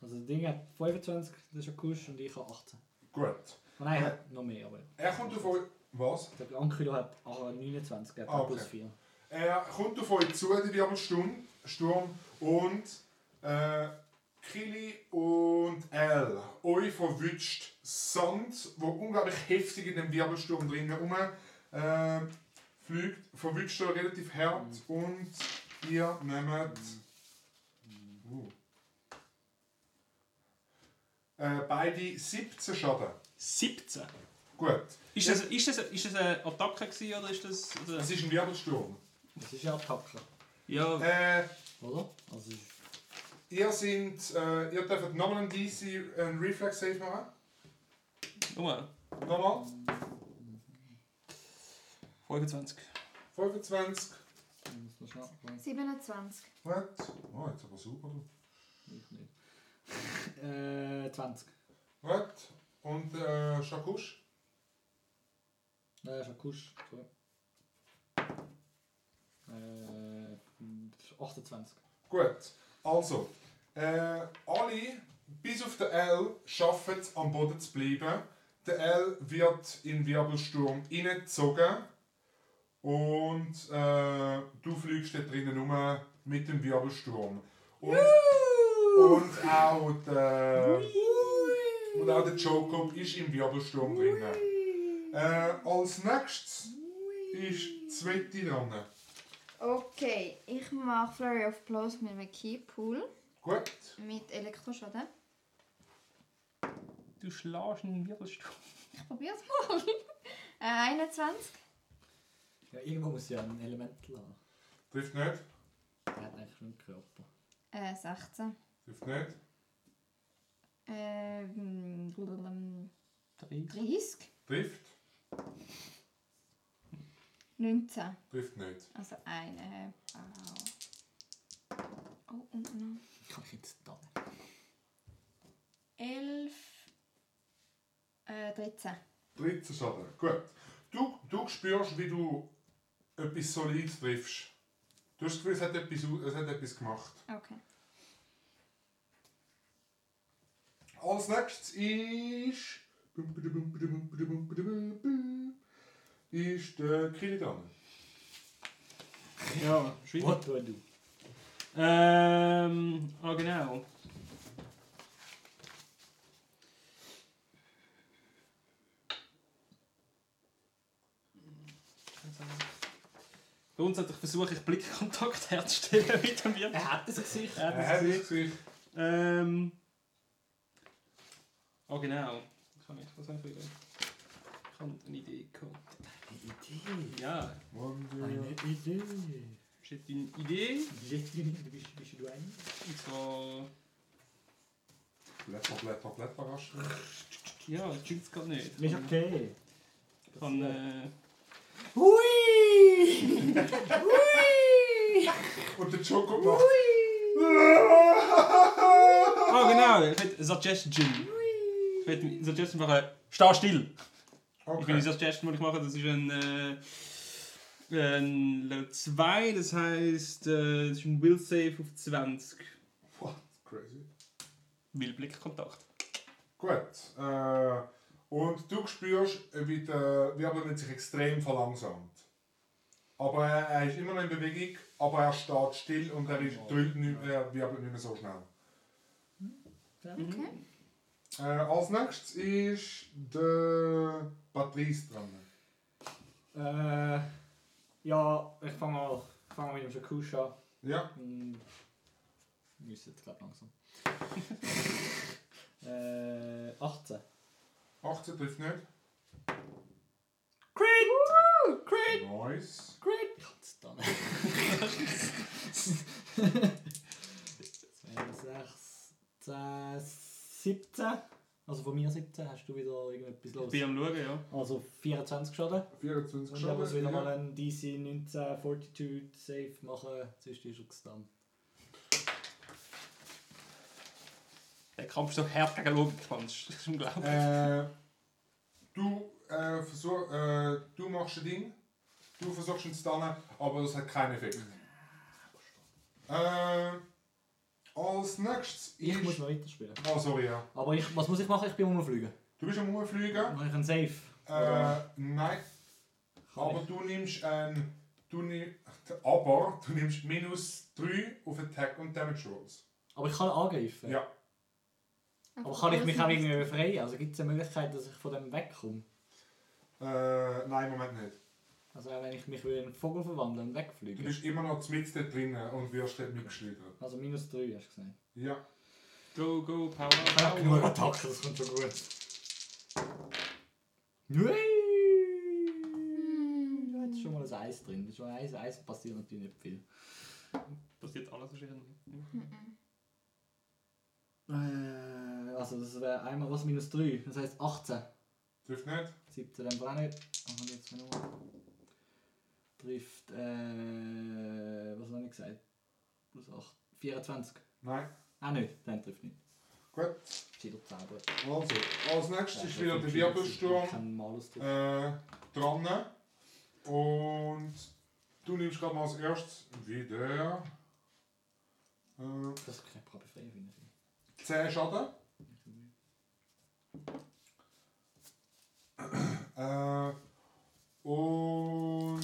[SPEAKER 4] Also das Ding hat 25, das ist ein Kusch, und ich habe 18.
[SPEAKER 1] Gut.
[SPEAKER 4] Oh nein, er hat noch mehr, aber...
[SPEAKER 1] Er kommt auf euch. Was?
[SPEAKER 4] Der Ankylo hat ah, 29, er hat
[SPEAKER 1] Ah,
[SPEAKER 4] auch
[SPEAKER 1] okay.
[SPEAKER 4] plus 4.
[SPEAKER 1] Er kommt auf euch zu, der Wirbelsturm. Sturm. Und äh, Kili und L. Euch verwünscht Sand, wo unglaublich heftig in dem Wirbelsturm drinnen rum äh, fliegt. Verwünscht euch relativ hart und ihr nehmt. Uh. Äh, beide 17 Schaden.
[SPEAKER 2] 17?
[SPEAKER 1] Gut.
[SPEAKER 2] Ist das, ist das, ist das eine Attacke gewesen, oder ist das... Oder?
[SPEAKER 1] Das ist ein Wirbelsturm.
[SPEAKER 4] Das ist ja Attacke,
[SPEAKER 2] Ja,
[SPEAKER 1] Äh,
[SPEAKER 4] oder? Also es ist
[SPEAKER 1] ihr sind, äh, ihr dürft nochmal einen DC, einen Reflex Save machen.
[SPEAKER 2] nochmal.
[SPEAKER 1] Nochmal.
[SPEAKER 2] 25.
[SPEAKER 1] 25.
[SPEAKER 4] ich muss noch schnell... Nein,
[SPEAKER 3] 27.
[SPEAKER 1] What? Oh, jetzt aber super. du.
[SPEAKER 4] ich nicht. äh, 20.
[SPEAKER 1] What? Und äh, Shakush?
[SPEAKER 4] Nein, das ist ein Kusch. Sorry. Äh, 28.
[SPEAKER 1] Gut. Also, äh, alle, bis auf den L, schaffen es, am Boden zu bleiben. Der L wird in den Wirbelsturm hineingezogen Und äh, du fliegst da drinnen rum mit dem Wirbelsturm. Und, und auch der. äh, Und auch der Jacob ist im Wirbelsturm drinnen. Äh, als nächstes ist Sveti dran.
[SPEAKER 3] Okay, ich mache Flurry of Blows mit einem Keypool.
[SPEAKER 1] Gut.
[SPEAKER 3] Mit Elektroschaden.
[SPEAKER 2] Du schlägst einen Wirbelsturm.
[SPEAKER 3] Ich probier's mal. äh, 21.
[SPEAKER 4] Ja, irgendwo muss ja ein Element lassen.
[SPEAKER 1] Trifft nicht.
[SPEAKER 4] Er hat eigentlich schon einen Körper.
[SPEAKER 3] Äh, 16.
[SPEAKER 1] Trifft nicht.
[SPEAKER 3] Ähm, blum,
[SPEAKER 2] Drei.
[SPEAKER 3] 30.
[SPEAKER 1] Trifft.
[SPEAKER 3] 19.
[SPEAKER 1] Trifft nicht.
[SPEAKER 3] Also eine. Wow. Oh, und noch.
[SPEAKER 4] Kann ich jetzt da?
[SPEAKER 3] 11. Äh, 13.
[SPEAKER 1] 13 Schaden. Gut. Du, du spürst, wie du etwas solid triffst. Du hast das Gefühl, es hat etwas, au- es hat etwas gemacht.
[SPEAKER 3] Okay.
[SPEAKER 1] Als nächstes ist. Ist der Kili dran.
[SPEAKER 2] Ja, schwierig.
[SPEAKER 4] What do I do?
[SPEAKER 2] Ähm, ah genau. Grundsätzlich versuche ich Blickkontakt herzustellen mit dem Wirt.
[SPEAKER 4] Er hat das Gesicht.
[SPEAKER 2] Er hat
[SPEAKER 1] Er
[SPEAKER 2] das
[SPEAKER 1] hat
[SPEAKER 2] Gesicht.
[SPEAKER 1] das Gesicht.
[SPEAKER 2] Ähm. Ah, genau. Ich kann mich was einfach über. Ich habe eine Idee gehabt.
[SPEAKER 4] Eine Idee.
[SPEAKER 2] Ja,
[SPEAKER 4] Eine
[SPEAKER 1] Wonder-
[SPEAKER 4] Idee.
[SPEAKER 2] ich hätte eine Idee.
[SPEAKER 4] Jetzt bist, bist du ein.
[SPEAKER 2] Und zwar.
[SPEAKER 1] Blätter, Blätter, Blätter rascheln.
[SPEAKER 2] Ja, das stimmt gerade nicht.
[SPEAKER 4] Ist okay.
[SPEAKER 2] Ich kann. Äh,
[SPEAKER 4] Hui!
[SPEAKER 1] Und der Joko macht.
[SPEAKER 2] ah, genau! Ich hätte Suggestion. Ich hätte eine Suggestion machen. Steh still! Ich bin
[SPEAKER 1] Okay.
[SPEAKER 2] die Suggestion, die ich mache. Das ist ein. Äh, ein Level 2, das heisst. Äh, das ist ein Will Save auf 20.
[SPEAKER 1] What? Crazy.
[SPEAKER 2] Will Blickkontakt.
[SPEAKER 1] Gut. Äh, und du spürst, äh, wie der Wirbel sich extrem verlangsamt. Aber er, er ist immer noch in Bewegung, aber er steht still und er ist drüllt nicht, er wirbelt nicht mehr so schnell.
[SPEAKER 3] Okay.
[SPEAKER 1] Äh, als nächstes ist der Patrice dran.
[SPEAKER 4] Äh, ja, ich fange mal, ich fang mal mit dem Jacuzzi an.
[SPEAKER 1] Ja,
[SPEAKER 4] Hm. Wir müssen jetzt gerade langsam. äh, 18.
[SPEAKER 1] 18 trifft nicht.
[SPEAKER 4] Crit! Crit!
[SPEAKER 1] Nice.
[SPEAKER 4] Crit! Ich hab's dann. 6, 10, 17. Also von mir 17 hast du wieder irgendetwas
[SPEAKER 2] Ich
[SPEAKER 4] los.
[SPEAKER 2] bin am Schauen, ja.
[SPEAKER 4] Also 24 Schaden.
[SPEAKER 1] 24
[SPEAKER 4] Und er muss
[SPEAKER 1] Schaden.
[SPEAKER 4] wieder mal
[SPEAKER 1] Ja.
[SPEAKER 4] einen DC 19 Fortitude Save machen, sonst ist er gestunt.
[SPEAKER 2] Der Kampf ist doch hart gegen Logik, Mann. Das ist unglaublich.
[SPEAKER 1] Äh, du, äh, versuch, äh, du machst ein Ding, du versuchst ihn zu stunnen, aber das hat keinen Effekt. Äh, als nächstes
[SPEAKER 4] Ich
[SPEAKER 1] ist-
[SPEAKER 4] muss noch weiterspielen.
[SPEAKER 1] Ah, sorry, ja.
[SPEAKER 4] Aber ich, was muss ich machen? Ich bin rumfliegen.
[SPEAKER 1] Du bist am Rumfliegen.
[SPEAKER 4] Mache ich einen Save? eh,
[SPEAKER 1] Äh,
[SPEAKER 4] Oder
[SPEAKER 1] nein,
[SPEAKER 4] kann
[SPEAKER 1] aber du nimmst ein. Du nimm, aber du nimmst minus 3 auf Attack und Damage Rolls.
[SPEAKER 4] ich, aber ich kann angreifen.
[SPEAKER 1] Ja.
[SPEAKER 4] Aber kann ich mich auch irgendwie befreien? Also gibt es eine Möglichkeit, dass ich von dem wegkomme?
[SPEAKER 1] Äh, nein, im Moment nicht.
[SPEAKER 4] Also auch wenn ich mich wie einen Vogel verwandle
[SPEAKER 1] Du
[SPEAKER 4] und wegfliege.
[SPEAKER 1] bist immer noch mitten dort drinnen und wirst dort mitgeschleudert.
[SPEAKER 4] Also minus 3 hast du gesagt.
[SPEAKER 1] Ja.
[SPEAKER 2] Go, go, power,
[SPEAKER 4] Ich habe genug
[SPEAKER 2] power.
[SPEAKER 4] Attacken, das kommt schon gut. Ui!
[SPEAKER 3] Mm.
[SPEAKER 4] Da hat schon mal ein Eis drin. Das ist schon Eis, Eis passiert natürlich nicht viel.
[SPEAKER 2] Passiert alles wahrscheinlich.
[SPEAKER 4] Äh, also das wäre einmal was minus dus 3, das heisst 18.
[SPEAKER 1] Trifft nicht?
[SPEAKER 4] 17 dann auch nicht. Aber jetzt mal nur. Trifft, äh, was habe ich gesagt? Plus 8, 24.
[SPEAKER 1] Nein.
[SPEAKER 4] Auch nicht, dann Ah, trifft nicht.
[SPEAKER 1] Gut.
[SPEAKER 4] Schilder zaubern.
[SPEAKER 1] Also, als nächstes ist wieder der Wirbelsturm
[SPEAKER 4] Kein Malus drauf.
[SPEAKER 1] äh, dran. Und du nimmst gerade mal als erstes wieder äh,
[SPEAKER 4] Das ist kein Problem, finde ich.
[SPEAKER 1] 10 Schaden. Äh, und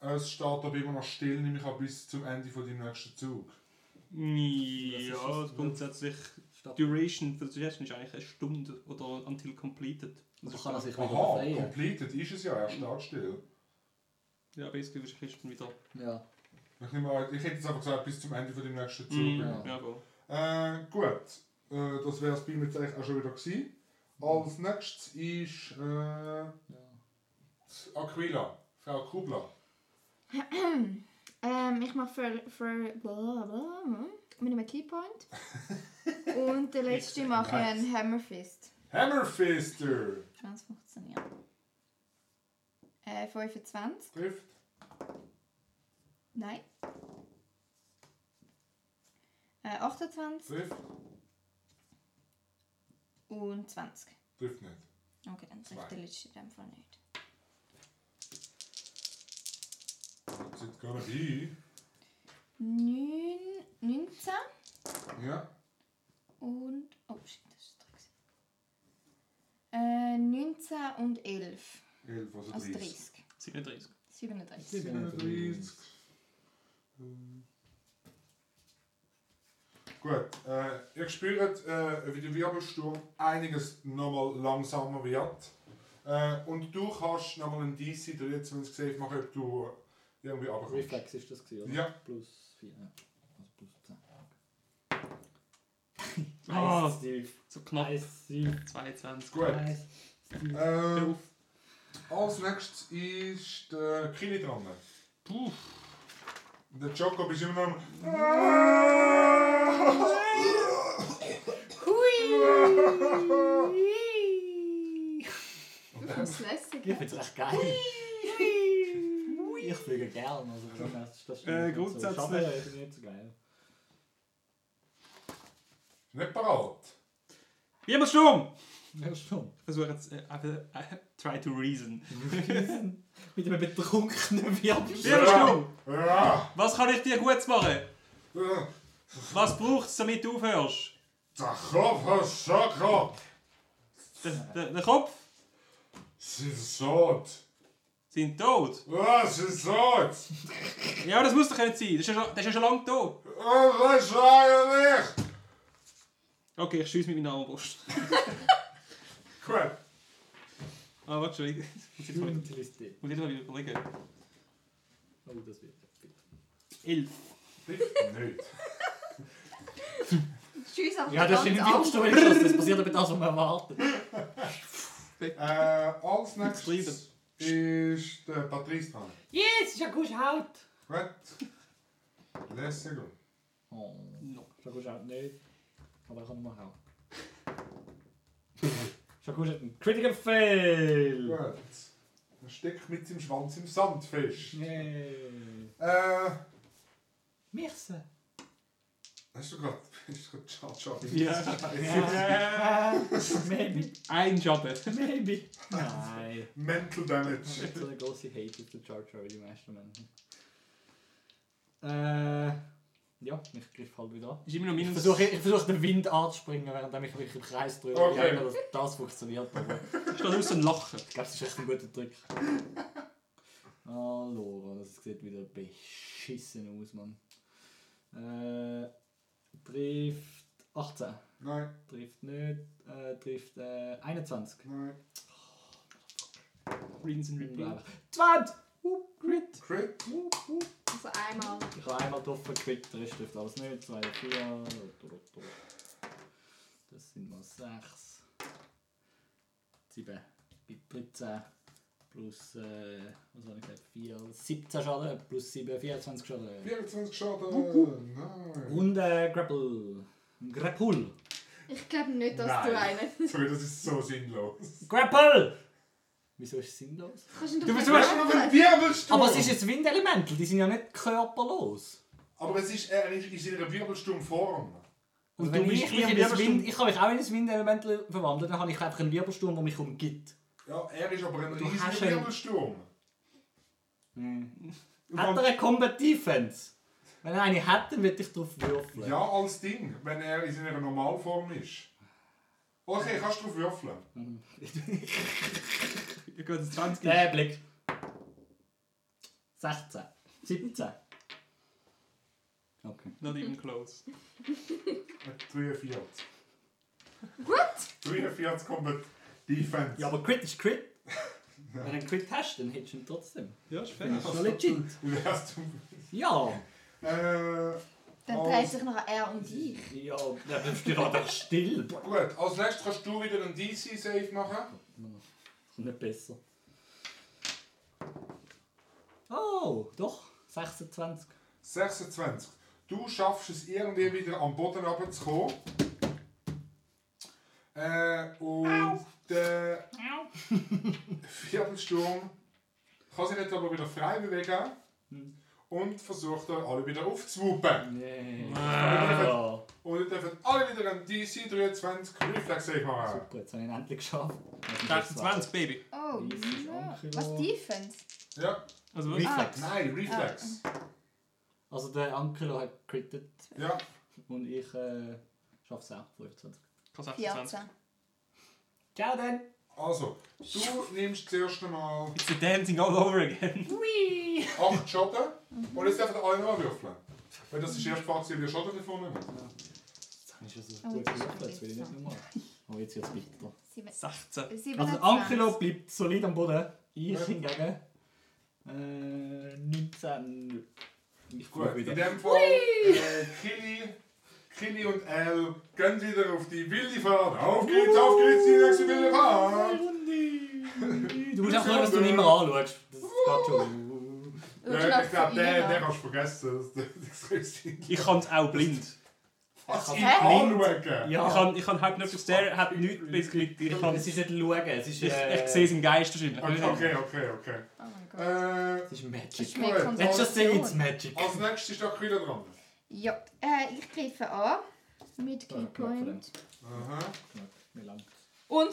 [SPEAKER 1] Es steht aber immer noch still, nämlich auch bis zum Ende von deinem nächsten Zug.
[SPEAKER 2] Ja, also
[SPEAKER 4] Das ist-
[SPEAKER 2] grundsätzlich.
[SPEAKER 4] Statt,
[SPEAKER 2] Duration für die Suggestion ist eigentlich eine Stunde oder until completed.
[SPEAKER 4] also kann er sich wieder
[SPEAKER 1] Aha,
[SPEAKER 4] freien.
[SPEAKER 1] completed ist es ja, er steht still.
[SPEAKER 2] Ja, basically wirst du Kisten wieder.
[SPEAKER 4] Ja.
[SPEAKER 1] Ich, nehme an, ich hätte jetzt einfach gesagt, bis zum Ende von deinem nächsten Zug.
[SPEAKER 2] Mm,
[SPEAKER 4] ja.
[SPEAKER 2] ja, go.
[SPEAKER 1] Äh, gut, äh, das wäre es bei mir jetzt eigentlich auch schon wieder gewesen. Als nächstes ist äh,
[SPEAKER 4] ja.
[SPEAKER 1] Aquila, Frau Kubler.
[SPEAKER 3] Ähm, ich mache für, für blablabla mit einem Keypoint. Und der letzte mache ich einen Hammerfist.
[SPEAKER 1] Hammerfister!
[SPEAKER 3] Kann es funktionieren? Äh, 25?
[SPEAKER 1] Trifft.
[SPEAKER 3] Nein. Äh, 28
[SPEAKER 1] Trifft.
[SPEAKER 3] und 20.
[SPEAKER 1] Trifft nicht.
[SPEAKER 3] Okay, dann trifft
[SPEAKER 1] Zwei.
[SPEAKER 3] der letzte in dem Fall nicht.
[SPEAKER 1] Sind gar nicht ein.
[SPEAKER 3] 9, 19
[SPEAKER 1] Ja.
[SPEAKER 3] und. Oh, shit, das ist drin. Äh, 19 und 11.
[SPEAKER 1] 11, also
[SPEAKER 3] Also
[SPEAKER 1] 30.
[SPEAKER 3] 30.
[SPEAKER 2] 37.
[SPEAKER 3] 37.
[SPEAKER 1] 37. Ähm. Gut, äh, ihr spürt, äh, wie der Wirbelsturm einiges nochmal langsamer wird. Äh, und du kannst nochmal einen DC 23 Save machen, ob du irgendwie runterkommst.
[SPEAKER 4] Reflex ist das gewesen, oder?
[SPEAKER 1] Ja,
[SPEAKER 4] Plus 4. Ja. Also plus 10.
[SPEAKER 2] Ah,
[SPEAKER 4] Nice, Steve.
[SPEAKER 2] so knapp.
[SPEAKER 4] Nice, Steve.
[SPEAKER 2] 22.
[SPEAKER 1] gut.
[SPEAKER 4] Nice, Steve.
[SPEAKER 1] Äh, als nächstes ist der Kili dran.
[SPEAKER 2] Puh.
[SPEAKER 1] Der Joko ist immer noch. Ah! am-
[SPEAKER 4] Hui!
[SPEAKER 1] Und
[SPEAKER 3] Ich
[SPEAKER 1] dann
[SPEAKER 3] muss lässig.
[SPEAKER 4] Ich find's recht geil. Hui! Ich fliege gern, also von dem her ist das
[SPEAKER 2] Äh,
[SPEAKER 4] nicht so.
[SPEAKER 2] grundsätzlich-
[SPEAKER 4] Schaffen ist nicht so geil.
[SPEAKER 1] nicht parat.
[SPEAKER 2] Wie immer Sturm!
[SPEAKER 4] Ja, schon.
[SPEAKER 2] Ich versuche jetzt äh, einfach. Äh, try to reason.
[SPEAKER 4] Mit einem betrunkenen
[SPEAKER 2] Wie
[SPEAKER 4] Wirbel.
[SPEAKER 2] immer Sturm!
[SPEAKER 1] Ja.
[SPEAKER 2] Was kann ich dir gut machen?
[SPEAKER 1] äh,
[SPEAKER 2] Was braucht es, damit du aufhörst?
[SPEAKER 1] Der Kopf, Soko!
[SPEAKER 2] Der, der, der Kopf
[SPEAKER 1] Sie ist tot.
[SPEAKER 2] sind tot.
[SPEAKER 1] Ah, sie ist tot.
[SPEAKER 2] Ja, das muss doch nicht sein. Das ist ja schon, das ist ja schon lange tot.
[SPEAKER 1] Ah, was war nicht?
[SPEAKER 2] Okay, ich schieße mit meiner Armbrust.
[SPEAKER 1] Gut.
[SPEAKER 2] Ah, warte schon. Ich muss jetzt mal, muss
[SPEAKER 4] Intelligent.
[SPEAKER 2] jetzt mal wieder überlegen.
[SPEAKER 4] Oh, das wird viel.
[SPEAKER 2] 11.
[SPEAKER 1] Nicht.
[SPEAKER 3] Tschüss, aber
[SPEAKER 4] Ja, das ist nicht
[SPEAKER 3] ganz
[SPEAKER 4] die
[SPEAKER 3] ab.
[SPEAKER 4] erste Wirbel. Das passiert aber das, was man erwartet.
[SPEAKER 1] Äh, als nächstes
[SPEAKER 2] Geschrieben.
[SPEAKER 1] ist der Patrice dran.
[SPEAKER 4] Yes, ist ja gut Haut.
[SPEAKER 1] Gut. Lässig.
[SPEAKER 4] Oh,
[SPEAKER 2] No.
[SPEAKER 4] ist ja gut Haut nicht. Aber ich kann nur Haut. Ist ja gut hat einen Critical Fail.
[SPEAKER 1] Gut. Er steckt mit seinem Schwanz im Sand fest.
[SPEAKER 4] Yay.
[SPEAKER 1] Äh,
[SPEAKER 4] Merci.
[SPEAKER 1] hast du gerade. Hast du gerade Charge
[SPEAKER 4] Ja. maybe,
[SPEAKER 2] Ein Schaden.
[SPEAKER 4] maybe. Nein.
[SPEAKER 1] Mental
[SPEAKER 4] Das
[SPEAKER 1] Damage.
[SPEAKER 4] ist so eine große Hate auf den Charger wie die meisten Menschen. Äh. Ja, ich griff halt wieder an.
[SPEAKER 2] Ist immer noch
[SPEAKER 4] Ich
[SPEAKER 2] minus.
[SPEAKER 4] versuche ich versuche den Wind anzuspringen, während ich mich im Kreis drehe.
[SPEAKER 1] Okay.
[SPEAKER 4] Ich hoffe, dass das funktioniert. Aber ich
[SPEAKER 2] Ich kann aus und lachen.
[SPEAKER 4] glaube, es ist echt ein guter Trick. Hallo, das sieht wieder beschissen aus, Mann. Äh. Trifft 18.
[SPEAKER 1] Nein,
[SPEAKER 4] Trifft nicht. Äh, trifft äh, 21.
[SPEAKER 1] nein.
[SPEAKER 2] Rinse and repeat.
[SPEAKER 4] 20! Wupp, crit!
[SPEAKER 1] Crit.
[SPEAKER 4] Wupp, wupp.
[SPEAKER 3] Also einmal.
[SPEAKER 4] Ich habe einmal drauf gekriegt, der Rest trifft alles nicht. 2, 4, das sind mal 6, 7, gibt 13, plus, äh, was habe ich gesagt, 4, 17 Schaden, plus 7, 24 Schaden.
[SPEAKER 1] 24 Schaden. Nein.
[SPEAKER 4] Und äh, Grapple. Grapple!
[SPEAKER 3] Ich glaube nicht, dass du
[SPEAKER 1] Nein.
[SPEAKER 3] einen.
[SPEAKER 1] Sorry, das ist so sinnlos.
[SPEAKER 4] Grapple! Wieso ist es sinnlos?
[SPEAKER 3] Kannst ihn doch
[SPEAKER 2] Du
[SPEAKER 3] nicht
[SPEAKER 2] versuchst-
[SPEAKER 1] Aber
[SPEAKER 3] machen.
[SPEAKER 1] ein Wirbelsturm!
[SPEAKER 4] Aber es ist jetzt Windelemental, die sind ja nicht körperlos.
[SPEAKER 1] Aber es ist, Ah, er ist in einer Wirbelsturmform.
[SPEAKER 4] Und
[SPEAKER 2] Also du
[SPEAKER 4] wenn
[SPEAKER 2] bist
[SPEAKER 4] ich,
[SPEAKER 2] gleich
[SPEAKER 4] mich
[SPEAKER 2] im
[SPEAKER 4] in das
[SPEAKER 2] Wirbelsturm.
[SPEAKER 4] Wind, ich kann mich auch in das Windelement verwandeln, dann habe ich einfach einen Wirbelsturm, der mich umgibt.
[SPEAKER 1] Ja, er ist aber ein
[SPEAKER 4] Du
[SPEAKER 1] riesiger
[SPEAKER 4] hast einen-
[SPEAKER 1] Wirbelsturm.
[SPEAKER 4] Hat er eine Combat Defense? Hm. Wenn er eine hat, dann würde ich drauf würfeln.
[SPEAKER 1] Ja, als Ding, wenn er in seiner Normalform ist. Okay, kannst du drauf würfeln.
[SPEAKER 4] Äh.
[SPEAKER 2] Ich gehe jetzt 20.
[SPEAKER 4] Der Blick. 16, 17. Okay.
[SPEAKER 2] Not even close.
[SPEAKER 1] 43.
[SPEAKER 3] Gut!
[SPEAKER 1] 43 Combat Defense.
[SPEAKER 4] Ja, aber Crit ist Crit. Wenn du einen Crit hast, dann hättest du ihn trotzdem.
[SPEAKER 2] Ja, ist fair.
[SPEAKER 4] Das ist schon legit.
[SPEAKER 1] Wärst du.
[SPEAKER 4] Ja.
[SPEAKER 1] Äh,
[SPEAKER 3] Dann
[SPEAKER 1] Oh.
[SPEAKER 3] dreht sich noch er um dich.
[SPEAKER 4] Ja, dann bleibst du gerade still. Boah,
[SPEAKER 1] gut, als nächstes kannst du wieder einen DC-Save machen.
[SPEAKER 4] Nicht besser. Oh, doch. 26.
[SPEAKER 1] 26. Du schaffst es irgendwie wieder am Boden runterzukommen. Äh, und äh, der Viertelsturm kann sich jetzt aber wieder frei bewegen und versucht euch alle wieder aufzuwuppen.
[SPEAKER 4] Nee.
[SPEAKER 1] Ah. Und ihr dürft alle wieder einen DC 23 Reflex Save machen.
[SPEAKER 4] Super, jetzt habe ich ihn endlich geschafft.
[SPEAKER 2] 28, Baby.
[SPEAKER 3] Oh,
[SPEAKER 4] Das ist
[SPEAKER 3] no.
[SPEAKER 4] unfair.
[SPEAKER 3] Was Defense?
[SPEAKER 1] Ja,
[SPEAKER 2] Also was?
[SPEAKER 1] Reflex.
[SPEAKER 3] Ah.
[SPEAKER 1] Nein, Reflex.
[SPEAKER 4] Also der Ankelo hat crittet
[SPEAKER 1] Ja,
[SPEAKER 4] und ich äh, schaffe es auch. 25.
[SPEAKER 2] Kannst 28.
[SPEAKER 3] 14.
[SPEAKER 4] Ciao dann!
[SPEAKER 1] also, du nimmst zuerst einmal
[SPEAKER 2] It's the dancing all over again.
[SPEAKER 1] 8 Schaden und jetzt dürfen alle noch würfeln. Weil das ist die erste Frage, wie ihr Schaden davon habt.
[SPEAKER 4] Jetzt habe ich schon so
[SPEAKER 3] Oh,
[SPEAKER 4] gut
[SPEAKER 3] das ist
[SPEAKER 4] gerufen, jetzt will ich nicht
[SPEAKER 3] interessant.
[SPEAKER 4] mehr machen. Aber jetzt wird es bitter.
[SPEAKER 2] 16.
[SPEAKER 3] 27.
[SPEAKER 4] Also Ankelo bleibt solid am Boden. Ich
[SPEAKER 1] Ja.
[SPEAKER 4] hingegen. Äh, 19. Ich
[SPEAKER 1] Gut,
[SPEAKER 4] guck
[SPEAKER 1] in
[SPEAKER 4] wieder.
[SPEAKER 1] dem Fall, äh, Killy, Killy und Al gehen wieder auf die wilde Fahrt. Auf geht's, auf geht's, die nächste wilde Fahrt!
[SPEAKER 4] Du musst auch schauen, dass du nicht mehr anschaust. Das geht schon.
[SPEAKER 1] Ja, ich glaube, den, den kannst du vergessen. Das- Das ist richtig.
[SPEAKER 2] Ich kann es auch blind.
[SPEAKER 1] Was
[SPEAKER 4] kann
[SPEAKER 1] in
[SPEAKER 4] blind.
[SPEAKER 1] Anwägen?
[SPEAKER 4] Ja.
[SPEAKER 2] Ich kann, ich kann halb nicht verstehen, hat nichts mit. Ich, kann,
[SPEAKER 4] Es ist nicht schauen, es ist.
[SPEAKER 2] ich,
[SPEAKER 4] Äh,
[SPEAKER 2] ich sehe es im Geist wahrscheinlich.
[SPEAKER 1] Okay, okay, okay.
[SPEAKER 3] Oh mein Gott.
[SPEAKER 1] Äh,
[SPEAKER 4] Es ist
[SPEAKER 3] Das ist
[SPEAKER 4] Magic.
[SPEAKER 3] mehr
[SPEAKER 1] Let's
[SPEAKER 4] Let's just say it's
[SPEAKER 3] Konzentration.
[SPEAKER 4] Magic.
[SPEAKER 1] als nächstes ist der Kühler dran.
[SPEAKER 3] Ja, äh, ich greife an.
[SPEAKER 1] Äh,
[SPEAKER 3] Mit
[SPEAKER 4] Ah,
[SPEAKER 3] Key
[SPEAKER 4] knapp von dem.
[SPEAKER 3] Point.
[SPEAKER 1] Aha.
[SPEAKER 4] Wie lang?
[SPEAKER 3] Und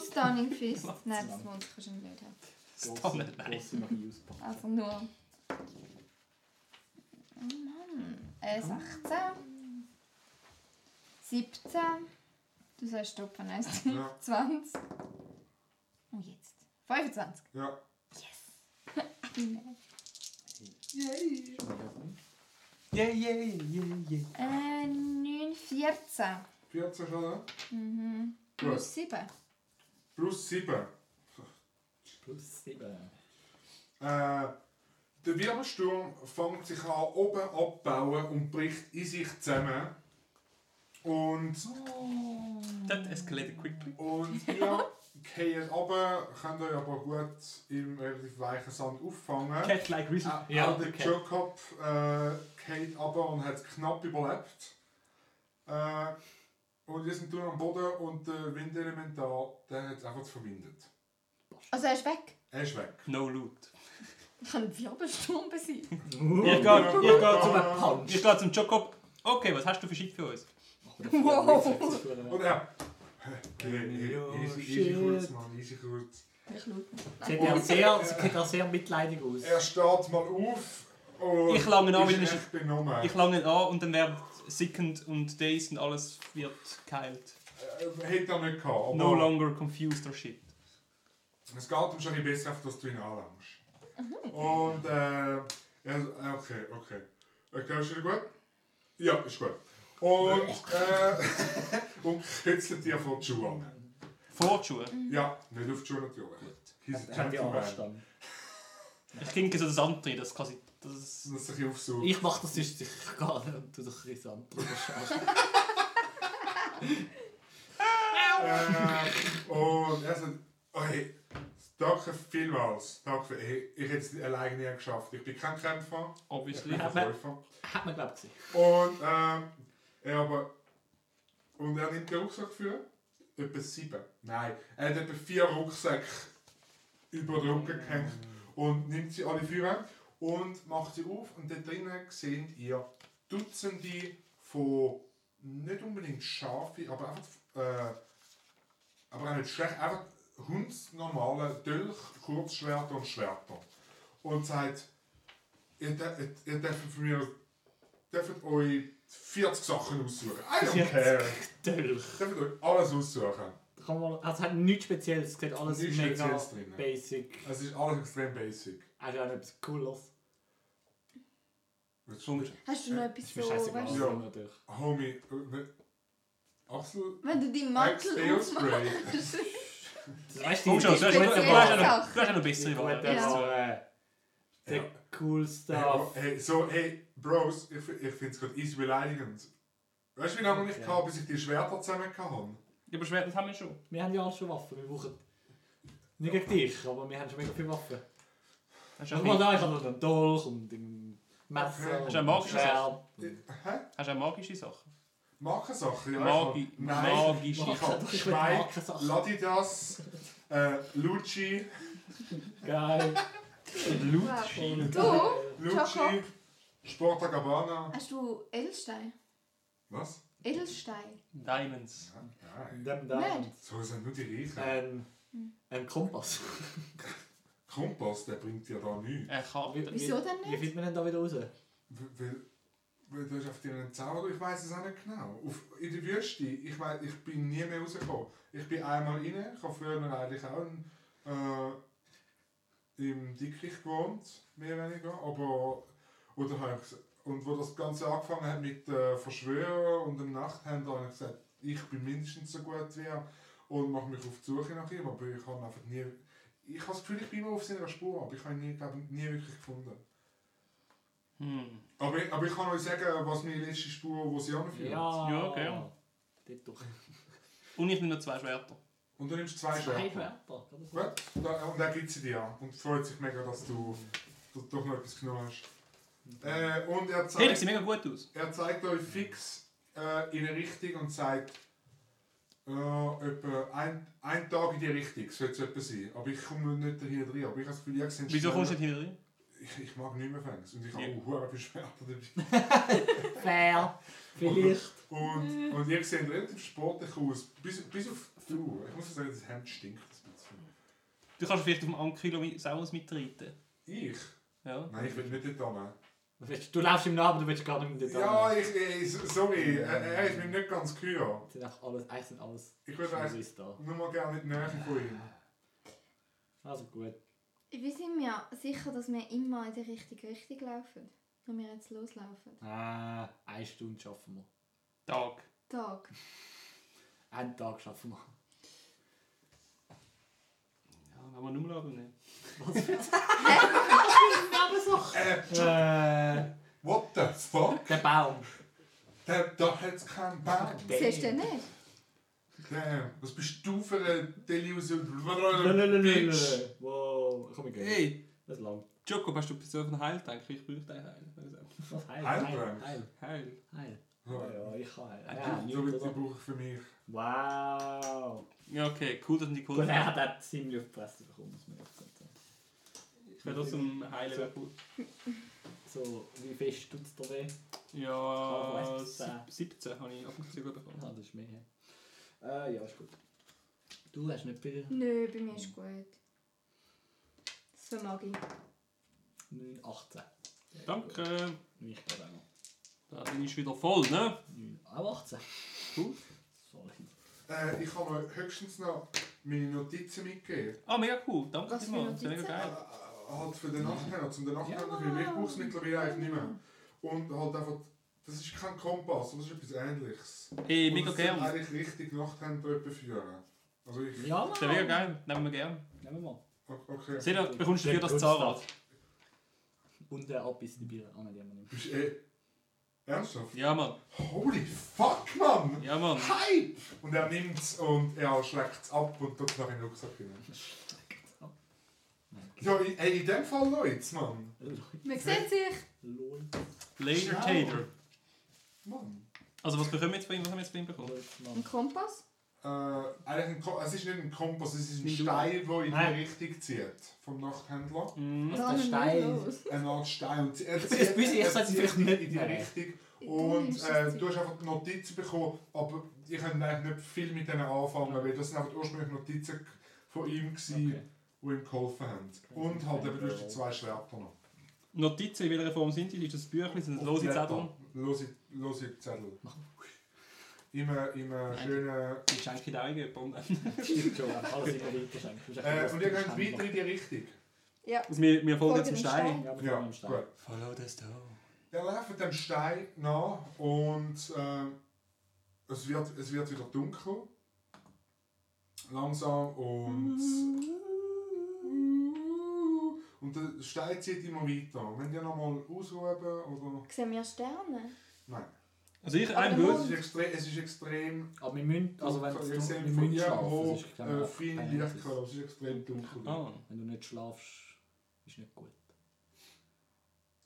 [SPEAKER 3] Stunning Fist. Nein, das
[SPEAKER 4] lang.
[SPEAKER 3] Mund kannst du nicht haben.
[SPEAKER 4] Grosse,
[SPEAKER 2] Stunned.
[SPEAKER 4] grosse Magie auspacken.
[SPEAKER 3] Also nur. Oh Mann. Äh, 16. 17. Du sollst stoppen, heißt
[SPEAKER 1] Ja.
[SPEAKER 3] 20. Und jetzt. 25.
[SPEAKER 1] Ja.
[SPEAKER 3] Yay.
[SPEAKER 2] Yeah, yeah, yeah, yeah.
[SPEAKER 3] Äh, 9, 14.
[SPEAKER 1] 14 Schaden.
[SPEAKER 3] Mhm. Plus 7.
[SPEAKER 1] Plus 7.
[SPEAKER 4] Plus 7.
[SPEAKER 1] Äh, der Wirbelsturm fängt sich an oben abbauen und bricht in sich zusammen. Und,
[SPEAKER 2] That escalated quickly.
[SPEAKER 1] und ihr geht runter, könnt euch aber gut im relativ weichen Sand auffangen.
[SPEAKER 2] Cat like reason.
[SPEAKER 1] Auch
[SPEAKER 4] Ja,
[SPEAKER 1] auch der
[SPEAKER 4] okay.
[SPEAKER 1] Jacob äh, geht runter und hat es knapp überlebt. Äh, und wir sind nur am Boden und der Windelementar, der hat es einfach verwindet.
[SPEAKER 3] Also er ist weg.
[SPEAKER 1] Er ist weg.
[SPEAKER 2] No loot.
[SPEAKER 3] Ich habe einen Wirbelsturm besiegt.
[SPEAKER 2] Ich
[SPEAKER 4] Uh.
[SPEAKER 2] gehe ich geh
[SPEAKER 4] Zum
[SPEAKER 2] zum,
[SPEAKER 4] Punch.
[SPEAKER 2] ich geh zum Jacob. Okay, was hast du für Shit für uns?
[SPEAKER 1] Und
[SPEAKER 4] Wow.
[SPEAKER 1] er. Easy, easy kurz, Mann, easy kurz.
[SPEAKER 3] Ich schaue.
[SPEAKER 4] Sieht ja sehr, sieht ja sehr mitleidig aus.
[SPEAKER 1] Er steht mal auf und
[SPEAKER 2] Ich lange an, weil
[SPEAKER 1] ist
[SPEAKER 2] ich-
[SPEAKER 1] echt benommen.
[SPEAKER 2] Ich lange an und dann werden Sickened und Days und alles wird geheilt.
[SPEAKER 1] Äh, Hätte er nicht gehabt. Aber
[SPEAKER 2] No longer confused or shit.
[SPEAKER 1] Es geht ihm schon ein bisschen, auf dass du ihn anlangst. Und äh, ja, okay, okay. Okay, ist wieder gut? Ja, ist gut. Und äh, und kitzelt dir vor die Schuhe an.
[SPEAKER 2] Vorschuhe.
[SPEAKER 1] Ja, nicht auf die Schuhe natürlich. He's a
[SPEAKER 4] Haben die
[SPEAKER 1] gentleman.
[SPEAKER 4] Abstand.
[SPEAKER 2] Ich kinke so das Sand drin, das quasi. Das ist.
[SPEAKER 1] Dass sich aufsucht.
[SPEAKER 4] Ich mach das sonst sicher gar nicht und tu doch ein bisschen Sand drüber schaust.
[SPEAKER 1] Äh, und er sagt, okay, danke vielmals. Danke, ich, ich hätte es alleine nie geschafft. Ich bin kein Kämpfer, ich
[SPEAKER 2] Obviously.
[SPEAKER 1] bin ein Läufer.
[SPEAKER 4] Hat man glaub ich gesehen.
[SPEAKER 1] Und ähm, er aber. Und er nimmt den Rucksack für etwa sieben. Nein, er hat etwa vier Rucksäcke über den Rücken gehängt und nimmt sie alle vier und macht sie auf. Und dort drinnen seht ihr Dutzende von nicht unbedingt Schafe, aber einfach. Äh, aber auch nicht schlecht, einfach hundsnormale Dolch, Kurzschwerter und Schwerter. Und sagt, ihr, dür- ihr dürft von mir dürft euch 40 Sachen aussuchen. I don't
[SPEAKER 4] 40.
[SPEAKER 1] care.
[SPEAKER 4] Dolch.
[SPEAKER 1] Dürft euch alles aussuchen.
[SPEAKER 4] Da Kann man, also es hat nichts Spezielles, es sieht alles
[SPEAKER 1] Nichts
[SPEAKER 4] mega
[SPEAKER 1] Spezielles drin.
[SPEAKER 4] basic.
[SPEAKER 1] Es ist alles extrem basic.
[SPEAKER 4] Also auch etwas Cooles.
[SPEAKER 1] Jetzt-
[SPEAKER 2] Kommst-
[SPEAKER 3] Hast du noch
[SPEAKER 1] Äh,
[SPEAKER 5] Ist
[SPEAKER 3] etwas
[SPEAKER 5] mir
[SPEAKER 3] so,
[SPEAKER 5] scheißegal.
[SPEAKER 3] weißt
[SPEAKER 1] Ja.
[SPEAKER 5] Ja. Natürlich.
[SPEAKER 1] Homie, äh, we- Axel,
[SPEAKER 3] wenn du deinen Mantel
[SPEAKER 1] XDO
[SPEAKER 3] aufmachst?
[SPEAKER 1] Spray.
[SPEAKER 4] Das weißt
[SPEAKER 2] Oh,
[SPEAKER 5] Komm schon, du hast ja noch- du hast ja noch-
[SPEAKER 3] Sache.
[SPEAKER 5] du hast ja noch
[SPEAKER 4] Die
[SPEAKER 5] bessere
[SPEAKER 4] guten
[SPEAKER 5] Wahl.
[SPEAKER 3] Ja.
[SPEAKER 4] Waren. Der
[SPEAKER 1] Ja.
[SPEAKER 4] cool Stuff.
[SPEAKER 1] Hey, so, hey, Bros, ich, ich finde es gerade easy beleidigend. Weißt du, wie lange ich
[SPEAKER 4] Ja.
[SPEAKER 1] gehabt, bis ich die Schwerter zusammen habe?
[SPEAKER 2] Ja, aber Schwert, das haben wir schon.
[SPEAKER 4] Wir haben ja alle schon Waffen. Wir brauchen. Nicht gegen dich, aber wir haben schon mega viele Waffen.
[SPEAKER 5] Hast du
[SPEAKER 4] Schau mal
[SPEAKER 5] eine-
[SPEAKER 4] da, ich habe noch einen Dolch und ein
[SPEAKER 1] Okay.
[SPEAKER 4] Messer.
[SPEAKER 1] Hast
[SPEAKER 5] du eine magische
[SPEAKER 1] Hä?
[SPEAKER 5] hast du eine magische Sache?
[SPEAKER 1] Markensache? Ja,
[SPEAKER 2] Magi
[SPEAKER 1] ich hab- Nein,
[SPEAKER 2] magische
[SPEAKER 1] ich
[SPEAKER 4] Marken-
[SPEAKER 1] habe
[SPEAKER 4] ich will
[SPEAKER 1] Schweig,
[SPEAKER 4] Markensachen.
[SPEAKER 1] Ladidas, äh, Lucci,
[SPEAKER 4] Geil.
[SPEAKER 3] Wow. Du?
[SPEAKER 1] Lucci,
[SPEAKER 3] Jakob?
[SPEAKER 1] Sporta Gabbana.
[SPEAKER 3] Hast du Edelstein?
[SPEAKER 1] Was?
[SPEAKER 3] Edelstein?
[SPEAKER 5] Diamonds.
[SPEAKER 1] Ja, Nein.
[SPEAKER 4] Dem Diamond.
[SPEAKER 1] So sind nur die Reichen.
[SPEAKER 4] Ein, ein Kompass.
[SPEAKER 1] Kompass, der bringt dir da
[SPEAKER 2] Äh,
[SPEAKER 1] nichts.
[SPEAKER 5] Eine Karte.
[SPEAKER 3] Wieso denn
[SPEAKER 4] Wie
[SPEAKER 3] nicht?
[SPEAKER 4] findet man denn da wieder raus?
[SPEAKER 1] W- Weil, weil du hast auf deinen Zauber, ich weiß es auch nicht genau. Auf, in der Wüste, ich, weiss, ich bin nie mehr rausgekommen. Ich bin einmal rein, ich habe früher eigentlich auch in, äh, im Dickicht gewohnt, mehr oder weniger. Aber, oder habe ich, ges- und wo das Ganze angefangen hat mit äh, Verschwören und dem Nachthändler, habe ich gesagt, ich bin mindestens so gut wie er und mache mich auf die Suche nach ihm. Aber ich habe einfach nie. Ich habe das Gefühl, ich bin immer auf seiner Spur, aber ich habe ihn nie, glaub, ich, nie wirklich gefunden.
[SPEAKER 5] Hm.
[SPEAKER 1] Aber, ich- aber ich kann euch sagen, was meine letzte Spur, wo sie anführt.
[SPEAKER 5] Ja, gern.
[SPEAKER 4] Dort durch.
[SPEAKER 5] Und ich nehme noch zwei Schwerter.
[SPEAKER 1] Und du nimmst zwei
[SPEAKER 4] Zwei
[SPEAKER 1] Schwerter.
[SPEAKER 4] Schwerter. oder so.
[SPEAKER 1] Gut, da- und dann gibt sie dir an. Und freut sich mega, dass du dass du doch noch etwas genommen hast.
[SPEAKER 4] Eh.
[SPEAKER 1] Äh, und
[SPEAKER 5] Hey, Also,
[SPEAKER 1] er
[SPEAKER 5] das
[SPEAKER 1] zeigt,
[SPEAKER 5] sieht mega gut aus.
[SPEAKER 1] er zeigt euch fix äh, in eine Richtung und sagt, äh, etwa ein, ein Tag in die Richtung sollte es etwa sein. Aber ich komme nicht hier rein. Aber ich habe das Gefühl, ihr seht
[SPEAKER 5] Wieso
[SPEAKER 1] schneller-
[SPEAKER 5] kommst du nicht hinter rein?
[SPEAKER 1] ich, ich mag nicht mehr Fans. Und ich habe
[SPEAKER 5] Ja.
[SPEAKER 1] auch hure viel Schwerter dabei.
[SPEAKER 4] Fair. Vielleicht.
[SPEAKER 1] Und, und ihr seht relativ sportlich aus. Bis, bis auf die Uhr. Ich muss sagen, das Hemd stinkt ein bisschen.
[SPEAKER 5] Du kannst vielleicht auf dem Ankilo Saurus mitreiten.
[SPEAKER 1] Ich?
[SPEAKER 5] Ja.
[SPEAKER 1] Nein, ich will nicht dort hin.
[SPEAKER 4] Du läufst im Namen, du willst gar nicht mehr dort
[SPEAKER 1] Ja,
[SPEAKER 4] hin.
[SPEAKER 1] ich, ich, sorry, er, er ist mir nicht ganz gehört.
[SPEAKER 4] Sind auch alles, eigentlich sind alles
[SPEAKER 1] Ich würde eigentlich
[SPEAKER 4] Schmieris da.
[SPEAKER 1] nur mal gerne in die Nähe von ihm.
[SPEAKER 4] Also gut.
[SPEAKER 3] Wir sind mir sicher, dass wir immer in die richtige Richtung laufen. Wenn wir jetzt loslaufen.
[SPEAKER 4] Äh, eine Stunde schaffen wir.
[SPEAKER 5] Tag.
[SPEAKER 3] Tag.
[SPEAKER 4] Einen Tag schaffen wir.
[SPEAKER 5] Ja, wenn wir nur ne? lagen nehmen.
[SPEAKER 4] Aber so.
[SPEAKER 1] Äh,
[SPEAKER 4] Äh,
[SPEAKER 1] what the fuck?
[SPEAKER 4] der Baum.
[SPEAKER 1] Der, da hat's keinen Baum.
[SPEAKER 3] Siehst du nicht?
[SPEAKER 1] Damn, was bist du für ein Delusion? Bitch.
[SPEAKER 4] Lalalala. Wow. Komm, ich geh.
[SPEAKER 5] Hey,
[SPEAKER 4] Das ist lang.
[SPEAKER 5] Jacob, hast du bis auf einen Heiltank? Ich bräuchte einen Heil. Also,
[SPEAKER 4] Was heil?
[SPEAKER 1] Heilbrand.
[SPEAKER 4] Heil.
[SPEAKER 5] Heil.
[SPEAKER 4] Heil.
[SPEAKER 1] So,
[SPEAKER 4] Ja, ich kann heil. Ja,
[SPEAKER 1] so
[SPEAKER 4] nicht,
[SPEAKER 1] wird Oh, die
[SPEAKER 4] oder?
[SPEAKER 1] Buch für mich.
[SPEAKER 4] Wow.
[SPEAKER 5] Ja, okay, cool, dass wir die
[SPEAKER 4] Gut,
[SPEAKER 5] Kohle
[SPEAKER 4] er
[SPEAKER 5] haben.
[SPEAKER 4] hat auch ziemlich auf die Fresse bekommen, muss man ehrlich sagen.
[SPEAKER 5] Ich werde zum Heilen wäre cool.
[SPEAKER 4] So, wie fest tut es dir weh?
[SPEAKER 5] Ja,
[SPEAKER 4] Half-Life 10.
[SPEAKER 5] sieb- 17 habe ich abgezogen bekommen.
[SPEAKER 4] Ah, das ist mehr. Äh, ja, ist gut. Du hast nicht viel.
[SPEAKER 3] Nö, bei mir ist gut. Das vermag ich.
[SPEAKER 4] 9, 18. Sehr gut.
[SPEAKER 5] Danke.
[SPEAKER 4] Ich gerade auch noch.
[SPEAKER 5] Da bin ich wieder voll, ne?
[SPEAKER 4] 9, auch 18.
[SPEAKER 5] Cool.
[SPEAKER 4] Solid.
[SPEAKER 1] Äh, ich kann euch höchstens noch meine Notizen mitgeben.
[SPEAKER 5] Ah, mega cool. Danke
[SPEAKER 3] Was für
[SPEAKER 5] vielmals. Das ist mega
[SPEAKER 3] Notizen?
[SPEAKER 5] geil.
[SPEAKER 1] Äh, halt für den Nachhinein, zum den Nachhinein
[SPEAKER 4] Ja.
[SPEAKER 1] für mich. Ich brauche es mittlerweile eigentlich nicht mehr. Und halt einfach, das ist kein Kompass, das ist etwas ähnliches.
[SPEAKER 5] Hey,
[SPEAKER 1] Und
[SPEAKER 5] mega
[SPEAKER 1] das sind
[SPEAKER 4] um-
[SPEAKER 5] gern.
[SPEAKER 1] eigentlich richtig Nachthändler führen. Also ich,
[SPEAKER 4] Ja,
[SPEAKER 5] Das ist mega
[SPEAKER 4] Mann!
[SPEAKER 5] geil. Nehmen wir gern.
[SPEAKER 4] Nehmen wir mal.
[SPEAKER 1] o- okay.
[SPEAKER 5] Seht ihr, bekommst du dafür das
[SPEAKER 4] Good
[SPEAKER 5] Zahnrad.
[SPEAKER 4] Und der Abbis in die Bier. Ah, nein, die haben wir nicht.
[SPEAKER 1] Bist, äh, ernsthaft?
[SPEAKER 5] Ja, Mann.
[SPEAKER 1] Holy fuck, Mann!
[SPEAKER 5] Ja, Mann.
[SPEAKER 1] Hype! Und er nimmt es und er schlägt es ab und tut es nachher in den Rucksack rein. Ja, in- ey, in dem Fall Leute, Mann.
[SPEAKER 4] Leute.
[SPEAKER 3] Man sieht sich.
[SPEAKER 4] Leute.
[SPEAKER 5] Later
[SPEAKER 1] Ciao.
[SPEAKER 5] Tater.
[SPEAKER 1] Mann.
[SPEAKER 5] Also, was bekommen wir jetzt von ihm? Was haben wir jetzt von ihm bekommen?
[SPEAKER 4] Leute,
[SPEAKER 3] Ein
[SPEAKER 4] Mann.
[SPEAKER 3] Kompass?
[SPEAKER 1] Äh, eigentlich ein Ko- es ist nicht ein Kompass, es ist ein
[SPEAKER 5] Nimm du.
[SPEAKER 1] Stein, der in die
[SPEAKER 4] Nein.
[SPEAKER 1] Richtung zieht. Vom Nachthändler.
[SPEAKER 2] Also,
[SPEAKER 5] Mhm.
[SPEAKER 4] der
[SPEAKER 3] Gar nicht
[SPEAKER 4] Stein.
[SPEAKER 3] los.
[SPEAKER 1] Eine Art Stein. Und er
[SPEAKER 4] bin jetzt busy, ich
[SPEAKER 1] er
[SPEAKER 4] sollte
[SPEAKER 1] zieht
[SPEAKER 4] vielleicht
[SPEAKER 1] in
[SPEAKER 4] nicht
[SPEAKER 1] in die
[SPEAKER 4] nehmen.
[SPEAKER 1] Richtung.
[SPEAKER 3] Du
[SPEAKER 1] Und
[SPEAKER 3] nimmst
[SPEAKER 1] äh,
[SPEAKER 3] es
[SPEAKER 1] du hast einfach die Notizen bekommen, aber ich könnt eigentlich nicht viel mit denen anfangen, weil das sind einfach ursprünglich Notizen g- von ihm, gewesen,
[SPEAKER 4] Okay.
[SPEAKER 1] die ihm geholfen haben. Und halt eben, du hast die
[SPEAKER 5] genau.
[SPEAKER 1] zwei Schwerter noch.
[SPEAKER 5] Notizen, in welcher Form sind die? Ist das Büchlein? Sind das lose Zettel?
[SPEAKER 1] Lose, lose Zettel. Immer, immer schöne...
[SPEAKER 5] Die schenke ich dir irgendjemand.
[SPEAKER 2] Also,
[SPEAKER 4] Stimmt schon. Alles immer weitergeschenkt. Du bist
[SPEAKER 2] Eh,
[SPEAKER 1] Äh,
[SPEAKER 4] echt
[SPEAKER 1] und ihr
[SPEAKER 4] ein
[SPEAKER 1] geht weiter in die Richtung.
[SPEAKER 3] Ja.
[SPEAKER 5] Also, wir, wir folgen jetzt dem
[SPEAKER 3] Folgen dem
[SPEAKER 5] Stein.
[SPEAKER 4] Ja, aber
[SPEAKER 1] Ja,
[SPEAKER 4] ja, im Stein.
[SPEAKER 1] gut.
[SPEAKER 5] Follow the stone.
[SPEAKER 1] Ihr lauft dem Stein nach und ähm, es, wird, es wird wieder dunkel. Langsam und.
[SPEAKER 5] Mhm.
[SPEAKER 1] Und der Stein zieht halt immer weiter. Wenn ihr nochmal ausruhen oder.
[SPEAKER 3] Sehen wir Sterne?
[SPEAKER 1] Nein.
[SPEAKER 2] Also ich,
[SPEAKER 3] Aber
[SPEAKER 2] ein
[SPEAKER 3] der
[SPEAKER 1] Es
[SPEAKER 2] Bus.
[SPEAKER 1] ist extrem. Es ist extrem
[SPEAKER 4] Aber wir müssen, also wenn
[SPEAKER 1] ihr
[SPEAKER 4] du,
[SPEAKER 1] seht
[SPEAKER 4] wir
[SPEAKER 1] von
[SPEAKER 4] müssen
[SPEAKER 1] irgendwo
[SPEAKER 4] schlafen, das ist
[SPEAKER 2] eh,
[SPEAKER 4] kein-
[SPEAKER 1] äh, viel
[SPEAKER 4] kein
[SPEAKER 1] Licht
[SPEAKER 4] Hinweis.
[SPEAKER 1] gehabt. Es ist extrem dunkel.
[SPEAKER 2] Ah.
[SPEAKER 4] Wenn du nicht schlafst, ist nicht gut.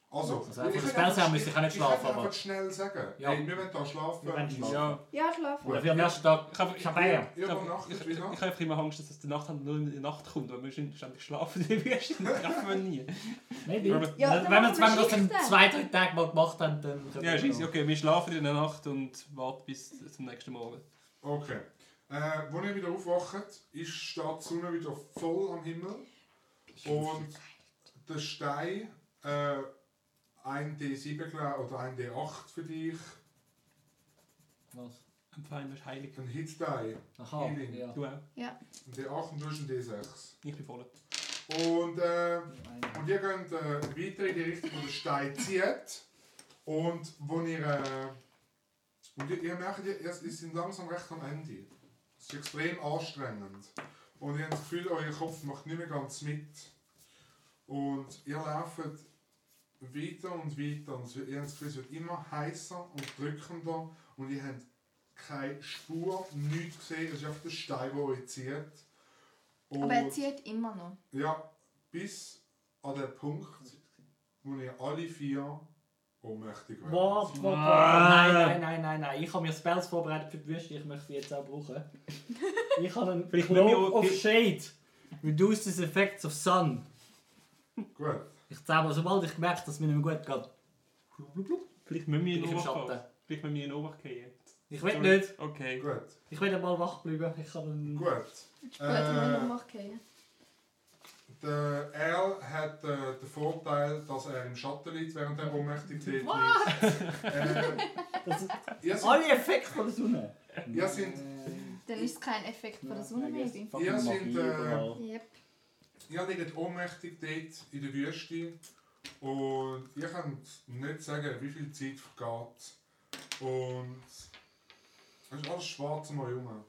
[SPEAKER 1] Also,
[SPEAKER 4] Also
[SPEAKER 1] ich
[SPEAKER 4] einfach das
[SPEAKER 1] kann
[SPEAKER 4] Fernseher
[SPEAKER 1] einfach-
[SPEAKER 4] müsste ich auch nicht
[SPEAKER 1] kann
[SPEAKER 4] schlafen,
[SPEAKER 1] einfach
[SPEAKER 4] aber-
[SPEAKER 1] schnell sagen.
[SPEAKER 4] Ja.
[SPEAKER 1] Hey, wir wollen da schlafen.
[SPEAKER 4] Wir wollen schlafen.
[SPEAKER 2] Ja.
[SPEAKER 3] Ja, schlafen.
[SPEAKER 4] Oder für den nächsten Tag
[SPEAKER 2] Ich habe ich, hab-
[SPEAKER 4] Schabär.
[SPEAKER 2] ich, hab-
[SPEAKER 1] Übernachtet
[SPEAKER 2] ich, ich
[SPEAKER 1] wieder.
[SPEAKER 2] hab einfach immer Angst, dass das die Nacht nur in der Nacht kommt, weil wir ständig ständig schlafen in der Wüste. Das treffen wir nie.
[SPEAKER 4] Maybe.
[SPEAKER 2] Aber-
[SPEAKER 4] Wenn-
[SPEAKER 3] Ja,
[SPEAKER 4] wenn,
[SPEAKER 3] dann
[SPEAKER 4] wir,
[SPEAKER 3] machen
[SPEAKER 4] wenn
[SPEAKER 3] wir
[SPEAKER 4] wir das dann
[SPEAKER 3] Schichten.
[SPEAKER 4] zwei, drei Tage mal gemacht haben, dann können
[SPEAKER 2] Ja,
[SPEAKER 4] wir-
[SPEAKER 2] scheiße. Okay, wir schlafen in der Nacht und warten bis zum nächsten Morgen.
[SPEAKER 1] Okay. Äh, wo ihr wieder aufwacht, ist steht die Sonne wieder voll am Himmel. Und der Stein, äh, 1D7 glaub- oder 1D8 für dich,
[SPEAKER 4] Was?
[SPEAKER 2] Am Fein bist heilig.
[SPEAKER 1] ein Hit-Die.
[SPEAKER 4] Aha,
[SPEAKER 1] Healing.
[SPEAKER 4] ja.
[SPEAKER 2] Du auch.
[SPEAKER 1] Ein D8 und du hast ein D6.
[SPEAKER 2] Ich bin voll.
[SPEAKER 1] Und, äh, und ihr geht äh, weiter in die Richtung, wo der Stein zieht. Und wo ihr. Äh, und ihr, ihr merkt, ihr, ihr ihr seid langsam recht am Ende. Es ist extrem anstrengend. Und ihr habt das Gefühl, euer Kopf macht nicht mehr ganz mit. Und ihr lauft weiter und weiter. Und es wird- ihr habt das Gefühl, es wird immer heißer und drückender. Und ihr habt keine Spur, nichts gesehen. Es ist einfach der Stein, der euch zieht. Und
[SPEAKER 3] Aber er zieht immer noch.
[SPEAKER 1] ja, bis an den Punkt, wo ihr alle vier ohnmächtig werdet.
[SPEAKER 4] Wort, wort, wort. Nein, nein, nein, nein, nein. Ich habe mir Spells vorbereitet für die Wüste, ich möchte die jetzt auch brauchen. Ich habe einen
[SPEAKER 2] Vielleicht nehme ich
[SPEAKER 4] Glow
[SPEAKER 2] auch-
[SPEAKER 4] of Shade. Reduces Effects of Sun.
[SPEAKER 1] Gut.
[SPEAKER 4] Ich zauber, sobald ich gemerkt habe, dass es mir nicht mehr gut geht, blub, blub, blub,
[SPEAKER 2] Vielleicht müssen wir
[SPEAKER 4] bin
[SPEAKER 2] in
[SPEAKER 4] ich im
[SPEAKER 2] den
[SPEAKER 4] Schatten.
[SPEAKER 2] Oberkampf. Vielleicht müssen wir in den Oberkampf gehen.
[SPEAKER 4] Ich will nicht.
[SPEAKER 2] Okay.
[SPEAKER 1] Gut,
[SPEAKER 4] Ich will mal wach bleiben. Ich kann einen...
[SPEAKER 1] gut.
[SPEAKER 3] Gut,
[SPEAKER 1] Äh.
[SPEAKER 3] dann machen wir
[SPEAKER 1] Der Al hat äh, den Vorteil, dass er im Schatten liegt, während er ohnmächtig liegt. äh,
[SPEAKER 4] Das sind
[SPEAKER 1] ihr seid,
[SPEAKER 4] alle Effekte von der Sonne.
[SPEAKER 1] ihr seid,
[SPEAKER 3] Dann ist es kein Effekt von der Sonne, maybe.
[SPEAKER 1] Ihr sind, äh,
[SPEAKER 3] Yep.
[SPEAKER 1] ihr liegt ohnmächtig dort in der Wüste und ihr könnt nicht sagen, wie viel Zeit vergeht. Und es ist alles schwarz um euch herum.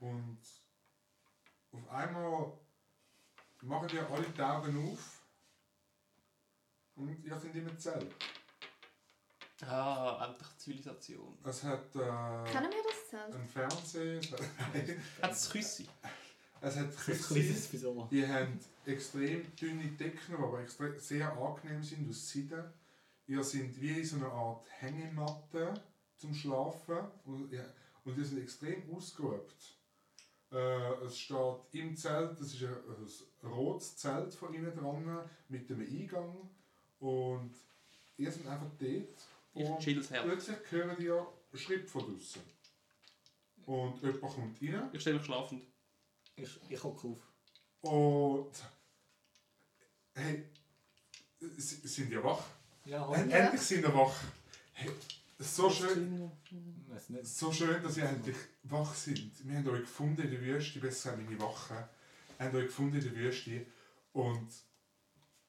[SPEAKER 1] Und auf einmal machen ihr alle die Augen auf und ihr seid in einem Zelt.
[SPEAKER 2] Ah, endlich Zivilisation.
[SPEAKER 1] Es hat äh,
[SPEAKER 3] Kennen wir das Zelt?
[SPEAKER 1] ein Fernseher, es hat,
[SPEAKER 2] Hat es Küsse?
[SPEAKER 1] es hat
[SPEAKER 4] Das ist ein kleines Frisur.
[SPEAKER 1] Die haben extrem dünne Decken, die aber extre- sehr angenehm sind aus Seide. Ihr seid wie in so einer Art Hängematte zum Schlafen und, ja, und ihr seid extrem ausgeübt. Äh, es steht im Zelt, das ist ein, ein rotes Zelt von innen dran mit einem Eingang und ihr seid einfach dort
[SPEAKER 2] Ich
[SPEAKER 1] und
[SPEAKER 2] chill das Herz.
[SPEAKER 1] plötzlich hören ihr Schritte von draußen. Und jemand kommt rein
[SPEAKER 2] Ich stelle mich schlafend.
[SPEAKER 4] Ich, ich hocke auf.
[SPEAKER 1] Und. Hey, s- sind ihr wach?
[SPEAKER 4] Ja,
[SPEAKER 1] End-
[SPEAKER 4] hol.
[SPEAKER 1] Endlich sind ihr wach! Hey, so, schön,
[SPEAKER 4] Weiß nicht.
[SPEAKER 1] so schön, dass ihr endlich wach sind. Wir haben euch gefunden in der Wüste, besser gesagt, meine Wache. haben euch gefunden in der Wüste. Und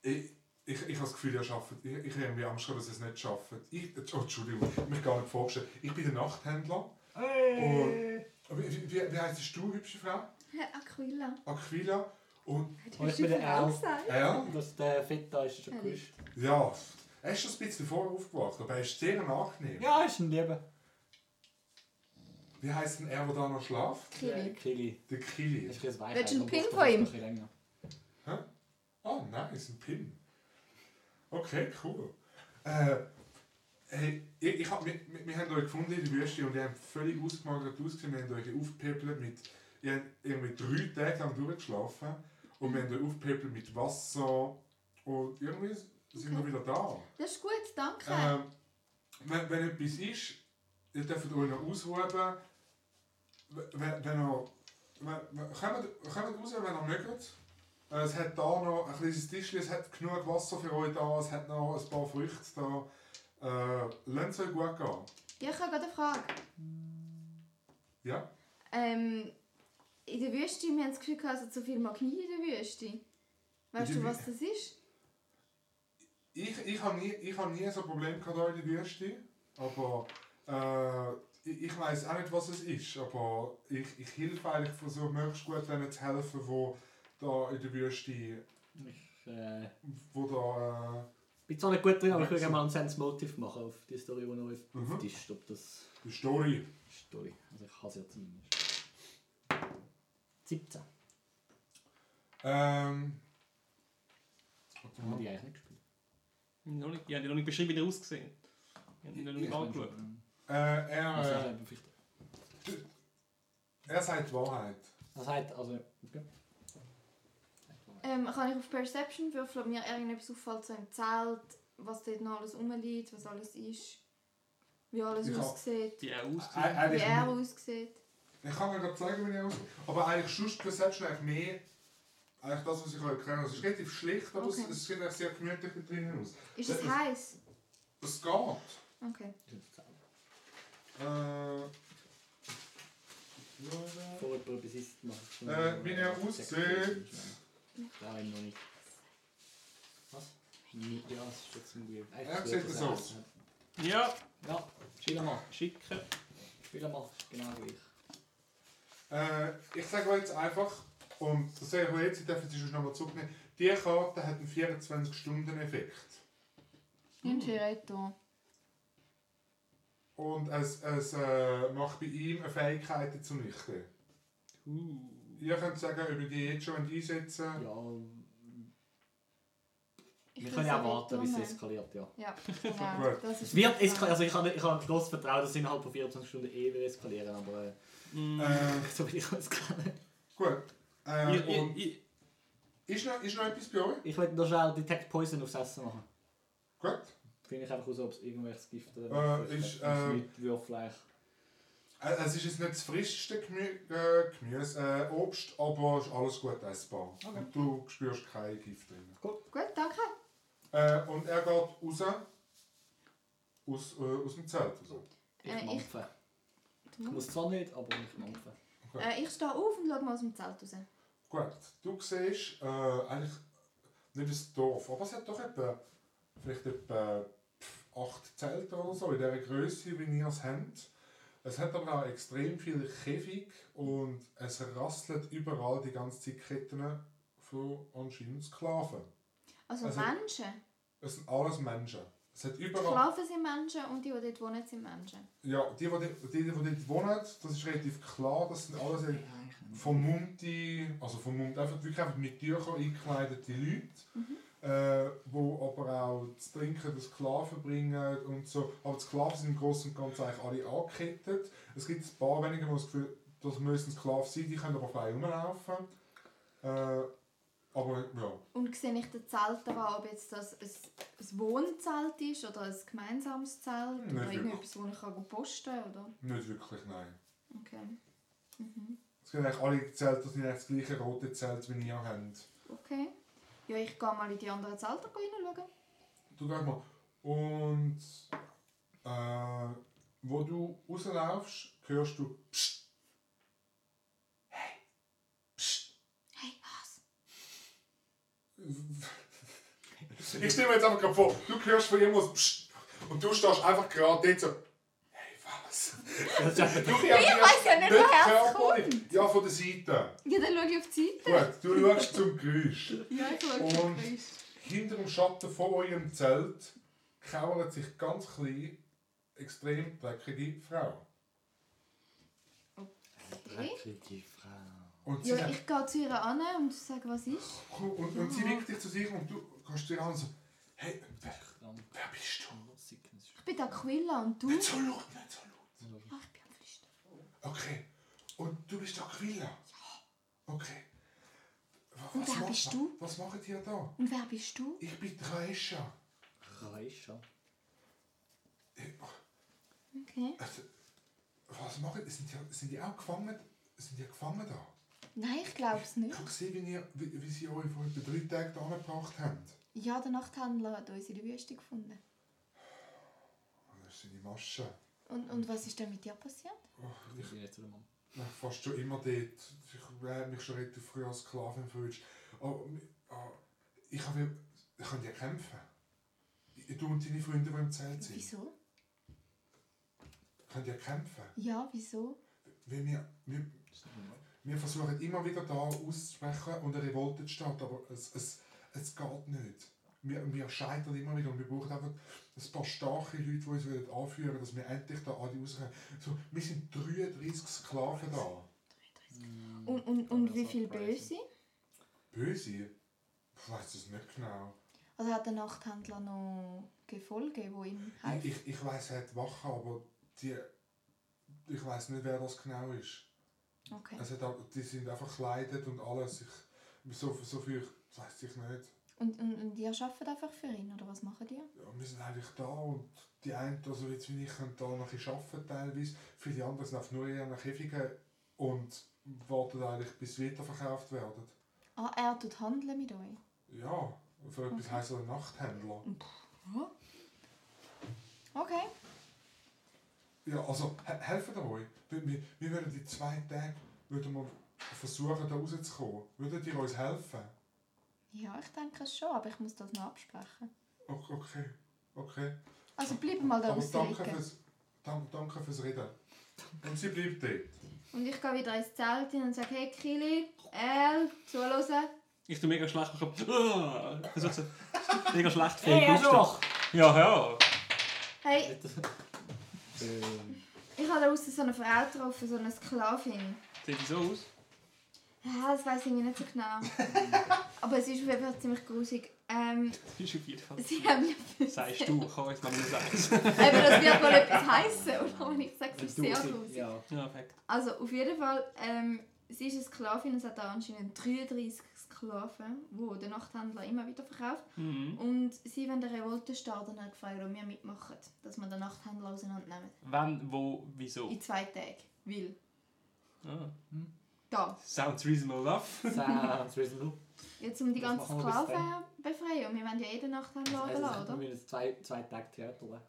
[SPEAKER 1] ich, ich, ich habe das Gefühl, ihr schafft. Ich, ich habe irgendwie Angst, gehabt, dass ihr es nicht schafft. Ich, oh, Entschuldigung, ich mich gar nicht vorgestellt. Ich bin der Nachthändler.
[SPEAKER 4] Hey!
[SPEAKER 1] Wie, wie, wie heißt du, hübsche Frau?
[SPEAKER 3] Herr Aquila.
[SPEAKER 1] Aquila. Und
[SPEAKER 3] Hat
[SPEAKER 4] Oh, ich
[SPEAKER 3] die
[SPEAKER 4] bin der
[SPEAKER 3] Frau
[SPEAKER 4] Al.
[SPEAKER 3] gesagt?
[SPEAKER 1] er?
[SPEAKER 4] Das, der Fett da ist schon gewusst.
[SPEAKER 1] Ja, er ist schon ein bisschen vorher aufgewacht, aber er ist sehr angenehm.
[SPEAKER 4] Ja, ist ein Lieber.
[SPEAKER 1] Wie heisst denn er, der da noch schläft?
[SPEAKER 3] Kili.
[SPEAKER 4] Kili.
[SPEAKER 1] Der Kili.
[SPEAKER 4] Willst du
[SPEAKER 3] Willst du einen Pin von ihm?
[SPEAKER 1] Oh nein, ist ein Pin. Okay, cool. Äh, hey, ich, ich hab, wir, wir wir haben euch gefunden in der Wüste und ihr habt völlig ausgemagert ausgesehen. Wir haben euch aufgepäppelt mit... Ihr habt irgendwie drei Tage lang durchgeschlafen und wir haben euch aufgepäppelt mit Wasser und irgendwie sind wir wieder da.
[SPEAKER 3] Das ist gut, danke.
[SPEAKER 1] Ähm, wenn, wenn etwas ist, ihr dürft euch noch ausruhen. Wenn, wenn ihr, wenn, wenn, kommt, kommt raus, wenn ihr mögt. Äh, Es hat da noch ein kleines Tischchen, es hat genug Wasser für euch da, es hat noch ein paar Früchte da. Äh, Lasst es euch gut gehen.
[SPEAKER 3] Ja, ich habe gerade eine Frage.
[SPEAKER 1] Ja?
[SPEAKER 3] Ähm, in der Wüste, wir haben das Gefühl, gehabt, es hat so viel Magie in der Wüste. Weißt
[SPEAKER 1] In
[SPEAKER 3] du,
[SPEAKER 1] der
[SPEAKER 3] was das ist?
[SPEAKER 1] ich, ich habe nie, ich hab nie so ein Problem gehabt hier in der Wüste. Aber äh, ich, ich weiß auch nicht, was es ist. Aber ich, ich helfe eigentlich, versuche möglichst gut denen zu helfen, wo da in der Wüste,
[SPEAKER 4] Ich äh,
[SPEAKER 1] wo da... äh,
[SPEAKER 4] bin zwar nicht gut drin, aber ich würde gerne mal einen Sense Motive machen auf die Story, die noch auf
[SPEAKER 1] Mhm.
[SPEAKER 4] dem Tisch ist. Ob das
[SPEAKER 1] Äh, die Story.
[SPEAKER 4] Story. Also ich hasse ja zumindest. 17.
[SPEAKER 1] Ähm,
[SPEAKER 4] Haben wir die eigentlich nicht gespielt?
[SPEAKER 2] Noch nicht, ich habe noch nicht beschrieben, wie der ausgesehen hat. Ich habe ihn noch nicht angeschaut.
[SPEAKER 1] äh, er, äh,
[SPEAKER 4] Also, vielleicht-
[SPEAKER 1] er sagt die Wahrheit.
[SPEAKER 4] Das heißt, also. Okay.
[SPEAKER 3] Ähm, kann ich auf Perception würfeln, ob mir irgendetwas auffällt, so im Zelt, was dort noch alles rumliegt, was alles ist, wie alles
[SPEAKER 1] Ja.
[SPEAKER 3] aussieht,
[SPEAKER 2] Die auch
[SPEAKER 1] Ei-
[SPEAKER 2] ausgesehen.
[SPEAKER 3] wie
[SPEAKER 1] Eigentlich,
[SPEAKER 3] er aussieht.
[SPEAKER 1] ich kann mir gerade zeigen, wie er aussieht. Aber eigentlich sonst Perception eigentlich mehr. Eigentlich das, was ich euch kenne. Es ist relativ schlicht, aber es,
[SPEAKER 3] Okay.
[SPEAKER 1] es sieht eigentlich sehr gemütlich da drinnen aus.
[SPEAKER 3] Ist
[SPEAKER 1] Das
[SPEAKER 3] es
[SPEAKER 1] ist-
[SPEAKER 3] heiß?
[SPEAKER 1] Es geht.
[SPEAKER 3] Okay.
[SPEAKER 1] Äh,
[SPEAKER 4] Vorher Publicist machen.
[SPEAKER 1] Äh, wie der aussieht.
[SPEAKER 4] Nein, noch nicht. Was? Ja, das ist jetzt ein Weird.
[SPEAKER 1] Er sieht so aus.
[SPEAKER 2] Ja,
[SPEAKER 4] Ja, spiel mal.
[SPEAKER 2] schicken.
[SPEAKER 4] Spiel mal. Genau gleich.
[SPEAKER 1] äh, ich sage euch jetzt einfach, und das sehe ich euch jetzt, ich darf jetzt schon nochmal zurücknehmen, die Karte hat einen 24-Stunden-Effekt.
[SPEAKER 3] Nimm Toretto.
[SPEAKER 1] Und es, es äh, macht bei ihm eine Fähigkeit zunichte.
[SPEAKER 2] Uh.
[SPEAKER 1] Ihr könnt sagen, über die jetzt schon einsetzen.
[SPEAKER 4] Ja, ähm, wir können auch warten, bis es eskaliert, ja.
[SPEAKER 3] Hm. Ja, genau.
[SPEAKER 1] Gut.
[SPEAKER 3] das
[SPEAKER 4] Es
[SPEAKER 3] ist
[SPEAKER 4] wird eskalieren, also ich habe, ich habe großes Vertrauen, dass es innerhalb von 24 Stunden eh wieder eskalieren, aber äh,
[SPEAKER 2] Mm.
[SPEAKER 1] Äh,
[SPEAKER 4] so bin ich jetzt gar nicht.
[SPEAKER 1] gut. Äh,
[SPEAKER 2] Ihr- ihr-
[SPEAKER 1] und
[SPEAKER 2] ihr-
[SPEAKER 1] ist, noch, ist noch etwas bei euch?
[SPEAKER 4] Ich werde noch schnell Detect Poison aufs Essen machen.
[SPEAKER 1] Gut.
[SPEAKER 4] Finde ich einfach aus, ob es irgendwelches Gift
[SPEAKER 1] Äh, ist, äh,
[SPEAKER 4] mit Würfleisch.
[SPEAKER 1] Äh, es ist jetzt nicht das frischste Gemü äh, Gemüse, äh, Obst, aber ist alles gut essbar. Und du spürst kein Gift drin.
[SPEAKER 3] gut, danke.
[SPEAKER 1] Äh, und er geht raus. Aus, äh, aus dem Zelt. Also.
[SPEAKER 4] Ich
[SPEAKER 3] Äh, ich-
[SPEAKER 4] mampfe.
[SPEAKER 3] Du
[SPEAKER 4] Ich
[SPEAKER 3] musst-
[SPEAKER 4] muss zwar nicht, aber ich mampfe.
[SPEAKER 3] Äh, ich stehe auf und schaue mal aus dem Zelt raus.
[SPEAKER 1] Gut. Du siehst äh, eigentlich nicht das Dorf, aber es hat doch etwa, vielleicht etwa pff, acht Zelte oder so in dieser Größe, wie ihr es habt. Es hat aber auch extrem viel Käfig und es rasselt überall die ganze Zeit Ketten von anscheinend Sklaven.
[SPEAKER 3] Also,
[SPEAKER 1] Also-
[SPEAKER 3] Menschen.
[SPEAKER 1] Es sind alles Menschen. Es hat
[SPEAKER 3] Die
[SPEAKER 1] überall.
[SPEAKER 3] Sklaven sind Menschen und die, die dort wohnen, sind Menschen.
[SPEAKER 1] Ja, die, die, die, die dort wohnen, das ist relativ klar, das sind alles äh, vermummte, also vermummt, einfach wirklich einfach mit Tüchern eingekleidete Leute, äh, wo aber auch das Trinken der Sklaven bringen und so. Aber die Sklaven sind im Großen und Ganzen eigentlich alle angekettet. Es gibt ein paar wenige, die das Gefühl das müssen Sklaven sein, die können aber frei rumlaufen. Äh, aber ja.
[SPEAKER 3] Und sehe ich den Zelt daran, ob jetzt das ein, ein Wohnzelt ist oder ein gemeinsames Zelt
[SPEAKER 1] Hm, Nicht
[SPEAKER 3] oder
[SPEAKER 1] wirklich.
[SPEAKER 3] irgendetwas, wo ich kann posten kann, oder?
[SPEAKER 1] Nicht wirklich, nein.
[SPEAKER 3] Okay. Mhm.
[SPEAKER 1] Es sind eigentlich alle Zelte, das sind eigentlich das gleiche rote Zelt, wie ihr habt.
[SPEAKER 3] Okay. Ja, ich gehe mal in die anderen Zelter hineinschauen.
[SPEAKER 1] Du gehst mal. Und äh, wo du rauslaufst, hörst du Psst.
[SPEAKER 3] Hey, was?
[SPEAKER 1] Ich stelle mir jetzt einfach gerade vor, du hörst von irgendwas Psst. Und du stehst einfach gerade dort so. Hey, was?
[SPEAKER 4] Das ist einfach
[SPEAKER 1] Du reagierst
[SPEAKER 3] weiß ja nicht, woher es
[SPEAKER 1] körperlich. Ja, von der Seite.
[SPEAKER 3] Ja, dann schaue ich auf die Seite.
[SPEAKER 1] Gut, du schaust zum Geräusch.
[SPEAKER 3] Ja, ich schaue
[SPEAKER 1] Und-
[SPEAKER 3] auf die Seite.
[SPEAKER 1] Hinter dem Schatten von eurem Zelt kauert sich ganz klein extrem dreckige Frau.
[SPEAKER 3] Okay.
[SPEAKER 4] die Frau.
[SPEAKER 1] Und sie
[SPEAKER 3] Ja,
[SPEAKER 1] sagt,
[SPEAKER 3] ich gehe zu ihr an und sage, was ist.
[SPEAKER 1] und, und sie winkt dich zu sich und du kannst dir an so, hey, wer,
[SPEAKER 4] Krank.
[SPEAKER 1] wer bist du?
[SPEAKER 4] Sickness.
[SPEAKER 3] Ich bin Aquila und du? Ja,
[SPEAKER 1] Nicht so laut, nicht so laut.
[SPEAKER 3] ich bin am Flüstern.
[SPEAKER 1] Okay. Und du bist Aquila? Ja. Okay. Wa-
[SPEAKER 3] Und wer
[SPEAKER 1] macht-
[SPEAKER 3] bist du?
[SPEAKER 1] Was macht ihr da?
[SPEAKER 3] Und wer bist du?
[SPEAKER 1] Ich bin Traesha.
[SPEAKER 4] Reischer.
[SPEAKER 3] Okay.
[SPEAKER 1] Also, Äh, was machen sind die? Sind die auch gefangen? Sind die gefangen da?
[SPEAKER 3] Nein, ich glaube es
[SPEAKER 1] Ich
[SPEAKER 3] nicht.
[SPEAKER 1] habe gesehen, wie, ihr, wie, wie sie euch vor etwa drei Tagen da angebracht haben.
[SPEAKER 3] Ja, der Nachthändler hat uns in der Wüste gefunden.
[SPEAKER 1] Das ist seine Masche.
[SPEAKER 3] Und,
[SPEAKER 1] Mhm.
[SPEAKER 3] und was ist denn mit dir passiert?
[SPEAKER 1] Oh,
[SPEAKER 4] Ich bin nicht zu der Mann.
[SPEAKER 1] Ja, fast schon immer dort. Ich habe mich schon relativ früh als Sklavin gefühlt. Aber mi- ah, ich habe ich kann ja kämpfen. Du und deine Freunde, die im Zelt sind,
[SPEAKER 3] Wieso?
[SPEAKER 1] könnt ihr kämpfen.
[SPEAKER 3] Ja, wieso?
[SPEAKER 1] Weil wir, wir, wir versuchen immer wieder da auszusprechen und eine Revolte zu starten, aber es, es, es geht nicht. Wir, wir scheitern immer wieder und wir brauchen einfach ein paar starke Leute, die uns wollen anführen wollen, dass wir endlich da alle rauskommen. So, wir sind 33 Sklaven da. Mhm.
[SPEAKER 3] Und, und, und wie viel böse?
[SPEAKER 1] Böse? Ich weiß es nicht genau.
[SPEAKER 3] Also hat der Nachthändler noch Gefolge, die ihm
[SPEAKER 1] Ich,
[SPEAKER 3] helfen?
[SPEAKER 1] ich, ich weiß, er hat Wache, aber die, ich weiß nicht, wer das genau ist.
[SPEAKER 3] Okay.
[SPEAKER 1] Es hat, auch- die sind einfach gekleidet und alles. Ich, so, so viel weiß ich nicht.
[SPEAKER 3] Und, und, und ihr arbeitet einfach für ihn, oder was machen die?
[SPEAKER 1] ja, wir sind eigentlich da und die einen, also jetzt wie ich, können da noch ein bisschen arbeiten teilweise, für die anderen sind einfach nur eher nach Käfigen und warten eigentlich bis weiter verkauft werden.
[SPEAKER 3] Ah, er tut handeln mit euch.
[SPEAKER 1] Ja, für etwas heisst er Nachthändler.
[SPEAKER 3] Okay.
[SPEAKER 1] Ja, also he helfen wir euch. Wir, wir, wir würden die zwei Tage würden wir versuchen, da rauszukommen. Würdet ihr uns helfen?
[SPEAKER 3] Ja, ich denke es schon, aber ich muss das noch absprechen.
[SPEAKER 1] O- Okay, okay.
[SPEAKER 3] Also bleib mal da
[SPEAKER 1] Aber danke
[SPEAKER 3] liegen.
[SPEAKER 1] fürs, dank, danke fürs Reden. Und sie bleibt dort.
[SPEAKER 3] Und ich gehe wieder ins Zelt hin und sage, hey Kili, El, zuhören.
[SPEAKER 2] Ich tue mega schlecht. Ich hab- Ah! Ich versuch so. Mega schlecht vor
[SPEAKER 4] Hey, also-
[SPEAKER 2] Husten.
[SPEAKER 4] Arschloch!
[SPEAKER 2] Ja, ja.
[SPEAKER 3] Hey,
[SPEAKER 4] Eh,
[SPEAKER 3] ich habe da draussen so eine Frau getroffen, so eine Sklavin.
[SPEAKER 2] Sieht die so aus?
[SPEAKER 3] Ja, das weiß ich irgendwie nicht so genau. aber es ist auf jeden Fall ziemlich grusig. Ähm,
[SPEAKER 2] Die ist auf jeden Fall.
[SPEAKER 3] sie haben mir...
[SPEAKER 2] Sagst du, ich kann jetzt mal nicht sagen.
[SPEAKER 3] Aber das wird wohl etwas heissen, oder? Wenn ich sage, es ist sehr
[SPEAKER 4] Du,
[SPEAKER 3] grusig.
[SPEAKER 4] ja.
[SPEAKER 2] Ja, perfekt.
[SPEAKER 3] Also auf jeden Fall, ähm, sie ist eine Sklavin, es hat da anscheinend 33 Sklaven, wo der Nachthändler immer wieder verkauft.
[SPEAKER 2] Mhm.
[SPEAKER 3] Und sie wollen eine Revolte starten und hat gefragt, ob wir mitmachen, dass wir den Nachthändler auseinandernehmen.
[SPEAKER 2] Wann, wo, wieso?
[SPEAKER 4] Oh.
[SPEAKER 3] In zwei Tagen. Weil,
[SPEAKER 2] Ah.
[SPEAKER 3] da.
[SPEAKER 2] Sounds reasonable enough.
[SPEAKER 4] Sounds reasonable.
[SPEAKER 3] Jetzt um die
[SPEAKER 4] Was
[SPEAKER 3] ganzen
[SPEAKER 4] machen wir bis
[SPEAKER 3] Sklaven befreien. Wir wollen ja jeden Nachthändler
[SPEAKER 4] Also,
[SPEAKER 3] runterlassen,
[SPEAKER 4] das
[SPEAKER 3] oder?
[SPEAKER 4] wir müssen zwei, zwei Tage Theater leben.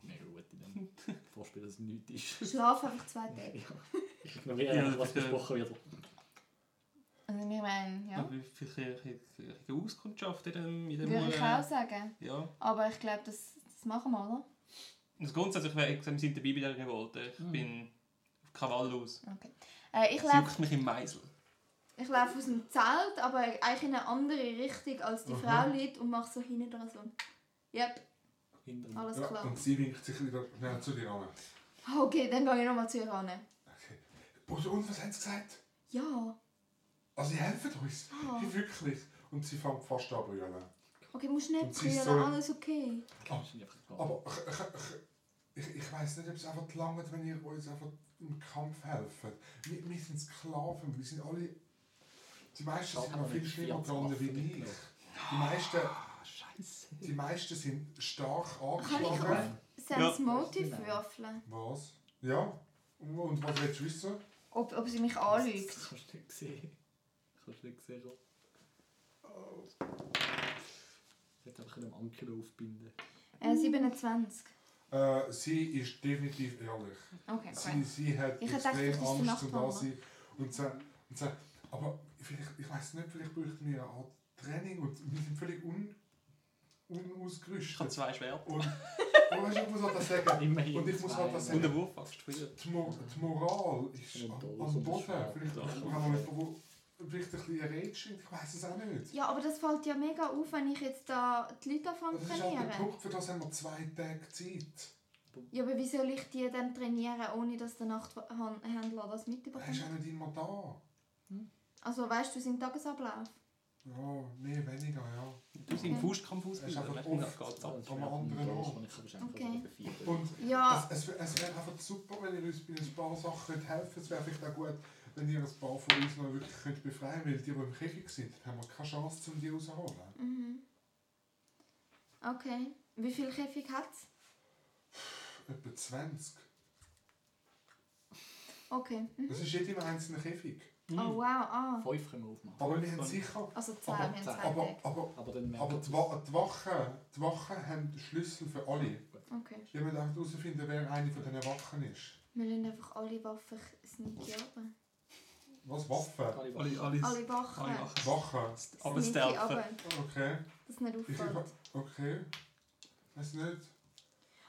[SPEAKER 4] Mega gut in dem Vorspiel, dass es nichts ist.
[SPEAKER 3] Schlaf einfach zwei Tage.
[SPEAKER 4] Ja. Ich ignoriere
[SPEAKER 2] Ja,
[SPEAKER 4] einfach, was
[SPEAKER 2] bitte.
[SPEAKER 4] besprochen wird.
[SPEAKER 3] Also wir meinen, ja.
[SPEAKER 2] Aber vielleicht ein bisschen- ein bisschen Auskundschaft in dem. In dem
[SPEAKER 3] Würde ich
[SPEAKER 2] äh,
[SPEAKER 3] auch sagen.
[SPEAKER 2] Ja.
[SPEAKER 3] Aber ich glaube, das, das machen wir, oder?
[SPEAKER 2] Also grundsätzlich wäre ich gesagt, wir sind dabei bei dieser Revolte. Ich bin auf Krawall los.
[SPEAKER 3] Äh, ich
[SPEAKER 2] Es
[SPEAKER 3] lebe
[SPEAKER 2] juckt mich im Meißel.
[SPEAKER 3] Ich laufe aus dem Zelt, aber eigentlich in eine andere Richtung als die
[SPEAKER 1] Aha.
[SPEAKER 3] Frau liegt und mache so hinten dran so. Yep,
[SPEAKER 4] Hinter
[SPEAKER 3] alles
[SPEAKER 1] Ja,
[SPEAKER 3] klar.
[SPEAKER 1] und sie winkt sich wieder schnell zu dir an.
[SPEAKER 3] Okay, dann gehe ich nochmal zu ihr ran.
[SPEAKER 1] Okay. Und, und was hat sie gesagt?
[SPEAKER 3] Ja.
[SPEAKER 1] Also sie helfen uns.
[SPEAKER 3] Ah.
[SPEAKER 1] Ja, wirklich. Und sie fängt fast an zu brüllen.
[SPEAKER 3] Okay, musst nicht
[SPEAKER 1] Und sie ist
[SPEAKER 3] brüllen,
[SPEAKER 1] so-
[SPEAKER 3] alles okay.
[SPEAKER 4] Aber
[SPEAKER 1] Aber ich, ich, ich, ich weiss nicht, ob es einfach langt, wenn ihr uns einfach im Kampf helfen. Wir, wir sind Sklaven, wir sind alle... Die meisten sind
[SPEAKER 4] Sklaven
[SPEAKER 1] noch viel
[SPEAKER 4] mit
[SPEAKER 1] schlimmer
[SPEAKER 4] 40
[SPEAKER 1] dran wie
[SPEAKER 4] Waffen
[SPEAKER 1] ich.
[SPEAKER 4] mitgenommen.
[SPEAKER 1] Die meisten,
[SPEAKER 2] Scheiße.
[SPEAKER 1] die meisten sind stark
[SPEAKER 3] Kann ich auf
[SPEAKER 1] angeschlagen.
[SPEAKER 3] Sans
[SPEAKER 2] Ja.
[SPEAKER 3] Motiv würfeln?
[SPEAKER 1] Was? Ja. Und, und was willst du wissen?
[SPEAKER 3] Ob, ob sie mich anlügt?
[SPEAKER 4] Das kannst du nicht sehen. Das kannst du nicht sehen. Rob. Oh. Ich hätte einfach einen Anker aufbinden
[SPEAKER 3] Äh,
[SPEAKER 1] Mm.
[SPEAKER 3] 27.
[SPEAKER 1] Äh, sie ist definitiv ehrlich.
[SPEAKER 3] Okay,
[SPEAKER 1] Sie,
[SPEAKER 3] cool.
[SPEAKER 1] sie hat
[SPEAKER 3] Ich hätte gedacht,
[SPEAKER 1] extrem
[SPEAKER 3] das ist der
[SPEAKER 1] Angst und da
[SPEAKER 3] Nachbar.
[SPEAKER 1] sie und so, und so. Aber vielleicht, ich weiß nicht, vielleicht bräuchten wir eine Art Training und wir sind völlig un,
[SPEAKER 2] Ich habe
[SPEAKER 1] unausgerüstet.
[SPEAKER 2] zwei Schwerter.
[SPEAKER 1] Und, und weißt, du, ich muss halt das sagen.
[SPEAKER 4] Immerhin
[SPEAKER 1] Und ich muss halt
[SPEAKER 4] zwei.
[SPEAKER 1] das
[SPEAKER 2] Und
[SPEAKER 1] sagen.
[SPEAKER 2] einen Wurfwachs früher.
[SPEAKER 1] Die, Mo die Moral ist
[SPEAKER 4] Und
[SPEAKER 1] am
[SPEAKER 4] alles
[SPEAKER 1] am Boden.
[SPEAKER 4] und das
[SPEAKER 1] Vielleicht
[SPEAKER 4] Schwert.
[SPEAKER 1] haben wir jemanden, der vielleicht ein bisschen Rage schenkt. Ich weiß es auch nicht.
[SPEAKER 3] Ja, aber das fällt ja mega auf, wenn ich jetzt da die Leute anfange
[SPEAKER 1] Das
[SPEAKER 3] zu
[SPEAKER 1] ist halt der
[SPEAKER 3] trainieren.
[SPEAKER 1] Punkt, für das haben wir zwei Tage Zeit.
[SPEAKER 3] Ja, aber wie soll ich die dann trainieren, ohne dass der Nachthändler das
[SPEAKER 1] Er ist
[SPEAKER 3] mitbekommt?
[SPEAKER 1] auch nicht immer da.
[SPEAKER 3] Also weißt du, sind Tagesablauf?
[SPEAKER 1] Ja, mehr, weniger, ja.
[SPEAKER 2] Du bist im Faustkampf
[SPEAKER 1] Hast einfach
[SPEAKER 2] ausgebildet. Manchmal
[SPEAKER 1] oft-
[SPEAKER 2] geht's ab.
[SPEAKER 4] Und
[SPEAKER 1] Am anderen auch.
[SPEAKER 3] Okay.
[SPEAKER 1] Und
[SPEAKER 3] Ja.
[SPEAKER 1] Es, es, wär- es wäre einfach super, wenn ihr uns bei ein paar Sachen könnt helfen könnt. Es wäre vielleicht auch gut, wenn ihr ein paar von uns noch wirklich könnt befreien könnt, weil die, die im Käfig sind, haben wir keine Chance, um die rauszuholen.
[SPEAKER 3] Mhm. Okay. Wie viel Käfig hat es?
[SPEAKER 1] Etwa 20.
[SPEAKER 3] Okay. Mhm.
[SPEAKER 1] Das ist jedem einzelnen Käfig.
[SPEAKER 2] Mhm.
[SPEAKER 3] Oh wow, ah.
[SPEAKER 4] Fünf können wir aufmachen.
[SPEAKER 1] Aber wir haben sicher...
[SPEAKER 3] Also zwei, wir haben zwei
[SPEAKER 1] Aber,
[SPEAKER 3] Tage.
[SPEAKER 1] aber,
[SPEAKER 4] Aber dann
[SPEAKER 1] aber die, Wa die, Wachen, die Wachen haben den Schlüssel für alle.
[SPEAKER 3] Okay.
[SPEAKER 1] Ihr müsst einfach herausfinden, wer eine von diesen Wachen ist.
[SPEAKER 3] Wir lassen einfach alle Waffen sneaky runter.
[SPEAKER 1] Was? Waffen?
[SPEAKER 4] Alle
[SPEAKER 2] Alle,
[SPEAKER 4] Wachen.
[SPEAKER 2] alle, alle
[SPEAKER 3] Alle Waffen
[SPEAKER 2] Wachen.
[SPEAKER 1] Wachen?
[SPEAKER 2] Aber
[SPEAKER 3] sneaky
[SPEAKER 2] stealthen.
[SPEAKER 3] runter,
[SPEAKER 1] Okay.
[SPEAKER 3] dass es nicht
[SPEAKER 1] Ich,
[SPEAKER 3] auffällt.
[SPEAKER 1] okay. Weiß nicht.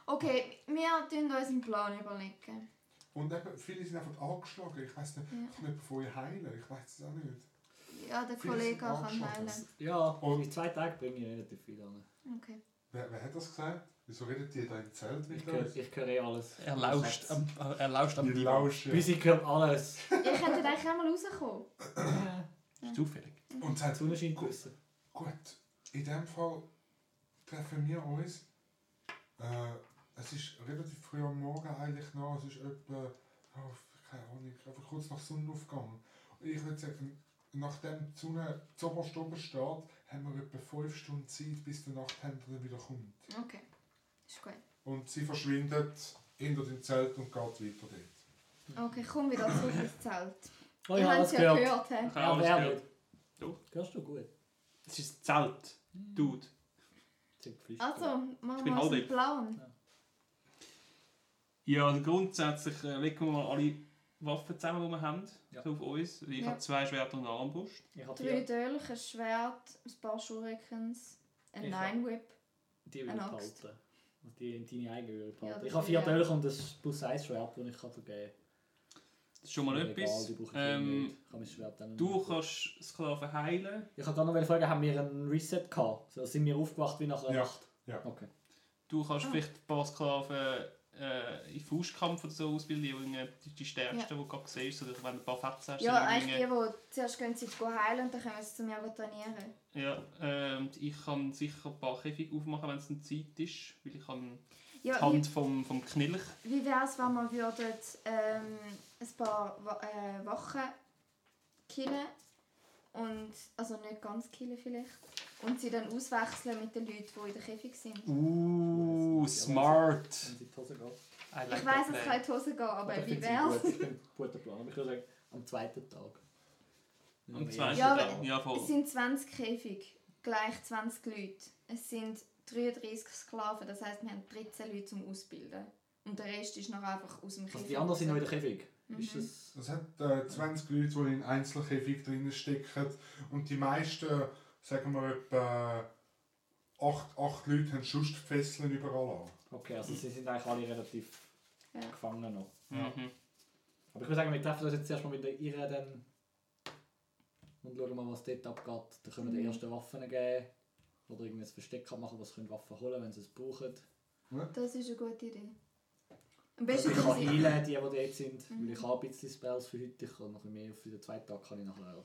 [SPEAKER 3] Okay, wir tun uns einen Plan überlegen.
[SPEAKER 1] Und eben, viele sind einfach angeschlagen. Ich weiß nicht,
[SPEAKER 3] Ja.
[SPEAKER 1] kann jemand von euch heilen? Ich weiß es auch nicht.
[SPEAKER 3] Ja, der
[SPEAKER 1] Viele
[SPEAKER 3] Kollege
[SPEAKER 1] sind
[SPEAKER 3] kann
[SPEAKER 1] angeschlagen.
[SPEAKER 3] heilen.
[SPEAKER 4] Ja,
[SPEAKER 1] Und-
[SPEAKER 4] in zwei Tagen bringe ich relativ viel an.
[SPEAKER 3] Okay.
[SPEAKER 1] Wer, wer hat das gesagt? Wieso redet ihr da im Zelt
[SPEAKER 4] Ich
[SPEAKER 1] mit
[SPEAKER 4] höre
[SPEAKER 1] uns?
[SPEAKER 4] ich höre eh alles.
[SPEAKER 5] Er lauscht am, äh, er lauscht am
[SPEAKER 1] Die
[SPEAKER 5] Divan.
[SPEAKER 1] lauschen.
[SPEAKER 4] Musik hört alles.
[SPEAKER 3] Ihr könntet eigentlich auch mal rauskommen.
[SPEAKER 4] Die
[SPEAKER 5] Zufällig.
[SPEAKER 1] Und sagt,
[SPEAKER 4] Sonne scheint draussen.
[SPEAKER 1] Gut, in dem Fall treffen wir uns. Äh, es ist relativ früh am Morgen eigentlich noch, es ist etwa, oh, keine Ahnung, einfach kurz nach Sonnenaufgang. Und ich würde sagen, nachdem die Sonne zuoberst oben steht, haben wir etwa 5 Stunden Zeit, bis der Nachthändler wieder kommt.
[SPEAKER 3] Okay, ist gut.
[SPEAKER 1] Und sie verschwindet hinter dem Zelt und geht weiter dort.
[SPEAKER 3] Okay, komm wieder zurück ins Zelt.
[SPEAKER 4] Oh,
[SPEAKER 3] ich
[SPEAKER 4] ja,
[SPEAKER 3] habe
[SPEAKER 4] alles
[SPEAKER 3] es ja
[SPEAKER 4] gehört.
[SPEAKER 3] gehört. hä?
[SPEAKER 2] Ich habe
[SPEAKER 4] Ja,
[SPEAKER 2] alles
[SPEAKER 4] wer
[SPEAKER 2] gehört.
[SPEAKER 4] nicht?
[SPEAKER 2] Du?
[SPEAKER 4] Hörst du gut?
[SPEAKER 2] Es ist Zelt. Dude.
[SPEAKER 4] Zeig Pfister.
[SPEAKER 3] Also,
[SPEAKER 2] Ich
[SPEAKER 3] machen
[SPEAKER 2] bin
[SPEAKER 3] wir uns einen
[SPEAKER 2] halbwegs.
[SPEAKER 3] Plan.
[SPEAKER 2] Ja, also grundsätzlich äh, legen wir mal alle Waffen zusammen, die wir haben,
[SPEAKER 4] Ja.
[SPEAKER 2] so auf uns. Ich
[SPEAKER 3] Ja.
[SPEAKER 2] habe zwei Schwerter und eine Armbrust.
[SPEAKER 4] Ich habe
[SPEAKER 3] Drei
[SPEAKER 4] die,
[SPEAKER 3] Dolch, ein Schwert, ein paar Shurikens, ein
[SPEAKER 4] Ich hab-
[SPEAKER 3] Nine Whip.
[SPEAKER 4] die will ich
[SPEAKER 3] eine Axt.
[SPEAKER 4] behalten. Und die in deine eigene will ich behalten.
[SPEAKER 3] das
[SPEAKER 4] ich habe
[SPEAKER 3] will
[SPEAKER 4] vier
[SPEAKER 3] ich
[SPEAKER 4] Dolch und das plus 1 Schwert, das ich kann vergeben
[SPEAKER 2] Das ist schon mal
[SPEAKER 4] Egal,
[SPEAKER 2] etwas.
[SPEAKER 4] die Äh, brauche ich eh
[SPEAKER 2] Ähm,
[SPEAKER 4] nicht. Ich kann mein Schwert dann
[SPEAKER 2] du
[SPEAKER 4] nicht.
[SPEAKER 2] kannst Sklaven heilen.
[SPEAKER 4] Ich kann gerade noch fragen, haben wir einen Reset gehabt? So, sind wir aufgewacht wie nach einer
[SPEAKER 1] Ja.
[SPEAKER 4] Nacht?
[SPEAKER 1] Ja.
[SPEAKER 4] Okay.
[SPEAKER 2] Du kannst
[SPEAKER 3] Ah.
[SPEAKER 2] vielleicht ein paar Sklaven äh, in Fußkampf oder so ausbilden, die irgendwie die, die stärksten, die du gerade siehst, oder wenn du ein paar Fetzen hast.
[SPEAKER 3] Ja,
[SPEAKER 2] dann
[SPEAKER 3] eigentlich
[SPEAKER 2] irgendwie-
[SPEAKER 3] die, die zuerst gehen, sie zu heilen und dann können sie zu mir gehen trainieren.
[SPEAKER 2] ja ähm, ich kann sicher ein paar Käfige aufmachen, wenn es eine Zeit ist, weil ich kann die
[SPEAKER 3] Ja, wie,
[SPEAKER 2] Hand vom, vom Knilch.
[SPEAKER 3] wie wäre es, wenn wir würden, ähm, ein paar Wa- äh, Wochen killen und, also nicht ganz killen vielleicht, und sie dann auswechseln mit den Leuten, die in der Käfig sind.
[SPEAKER 2] Uh, smart!
[SPEAKER 4] Wenn sie in die Hose geht.
[SPEAKER 2] I like
[SPEAKER 3] Ich weiss,
[SPEAKER 2] that
[SPEAKER 3] es
[SPEAKER 2] plan.
[SPEAKER 3] kann in die Hose gehen, aber
[SPEAKER 4] ich
[SPEAKER 3] wie
[SPEAKER 4] finde
[SPEAKER 3] wäre
[SPEAKER 4] es ein gut- ein guter Plan. Aber ich würde sagen, am zweiten Tag.
[SPEAKER 2] Am zweiten
[SPEAKER 3] Ja,
[SPEAKER 2] Tag. Ja,
[SPEAKER 4] Oh.
[SPEAKER 2] voll.
[SPEAKER 3] Es sind 20 Käfig, gleich 20 Leute. Es sind 33 Sklaven, das heisst, wir haben 13 Leute zum Ausbilden. Und der Rest ist noch einfach aus dem Käfig.
[SPEAKER 4] Also die anderen sind noch in der Käfig.
[SPEAKER 3] Mhm.
[SPEAKER 4] Ist das...
[SPEAKER 1] Es hat äh, 20 Leute, die in Einzelkäfig drinnen stecken. Und die meisten, sagen wir etwa 8, 8 Leute, haben sonst die Fesseln überall an.
[SPEAKER 4] Okay, also sie sind eigentlich alle relativ
[SPEAKER 3] Ja.
[SPEAKER 4] gefangen noch.
[SPEAKER 1] Ja.
[SPEAKER 2] Mhm.
[SPEAKER 4] Aber ich würde sagen, wir treffen uns jetzt erstmal mit der Ira dann und schauen mal, was dort abgeht. Dann können wir den
[SPEAKER 3] Mhm.
[SPEAKER 4] ersten Waffen geben oder irgendein Versteck machen, was können Waffen holen, wenn sie es brauchen.
[SPEAKER 3] Das ist eine gute Idee. Am
[SPEAKER 4] Also Ich
[SPEAKER 3] besten
[SPEAKER 4] kann
[SPEAKER 3] kann
[SPEAKER 4] heilen, die, die dort sind,
[SPEAKER 3] Mhm.
[SPEAKER 4] weil ich habe ein bisschen Spells für heute. Ich kann noch ein bisschen mehr für den zweiten Tag kann ich nachher...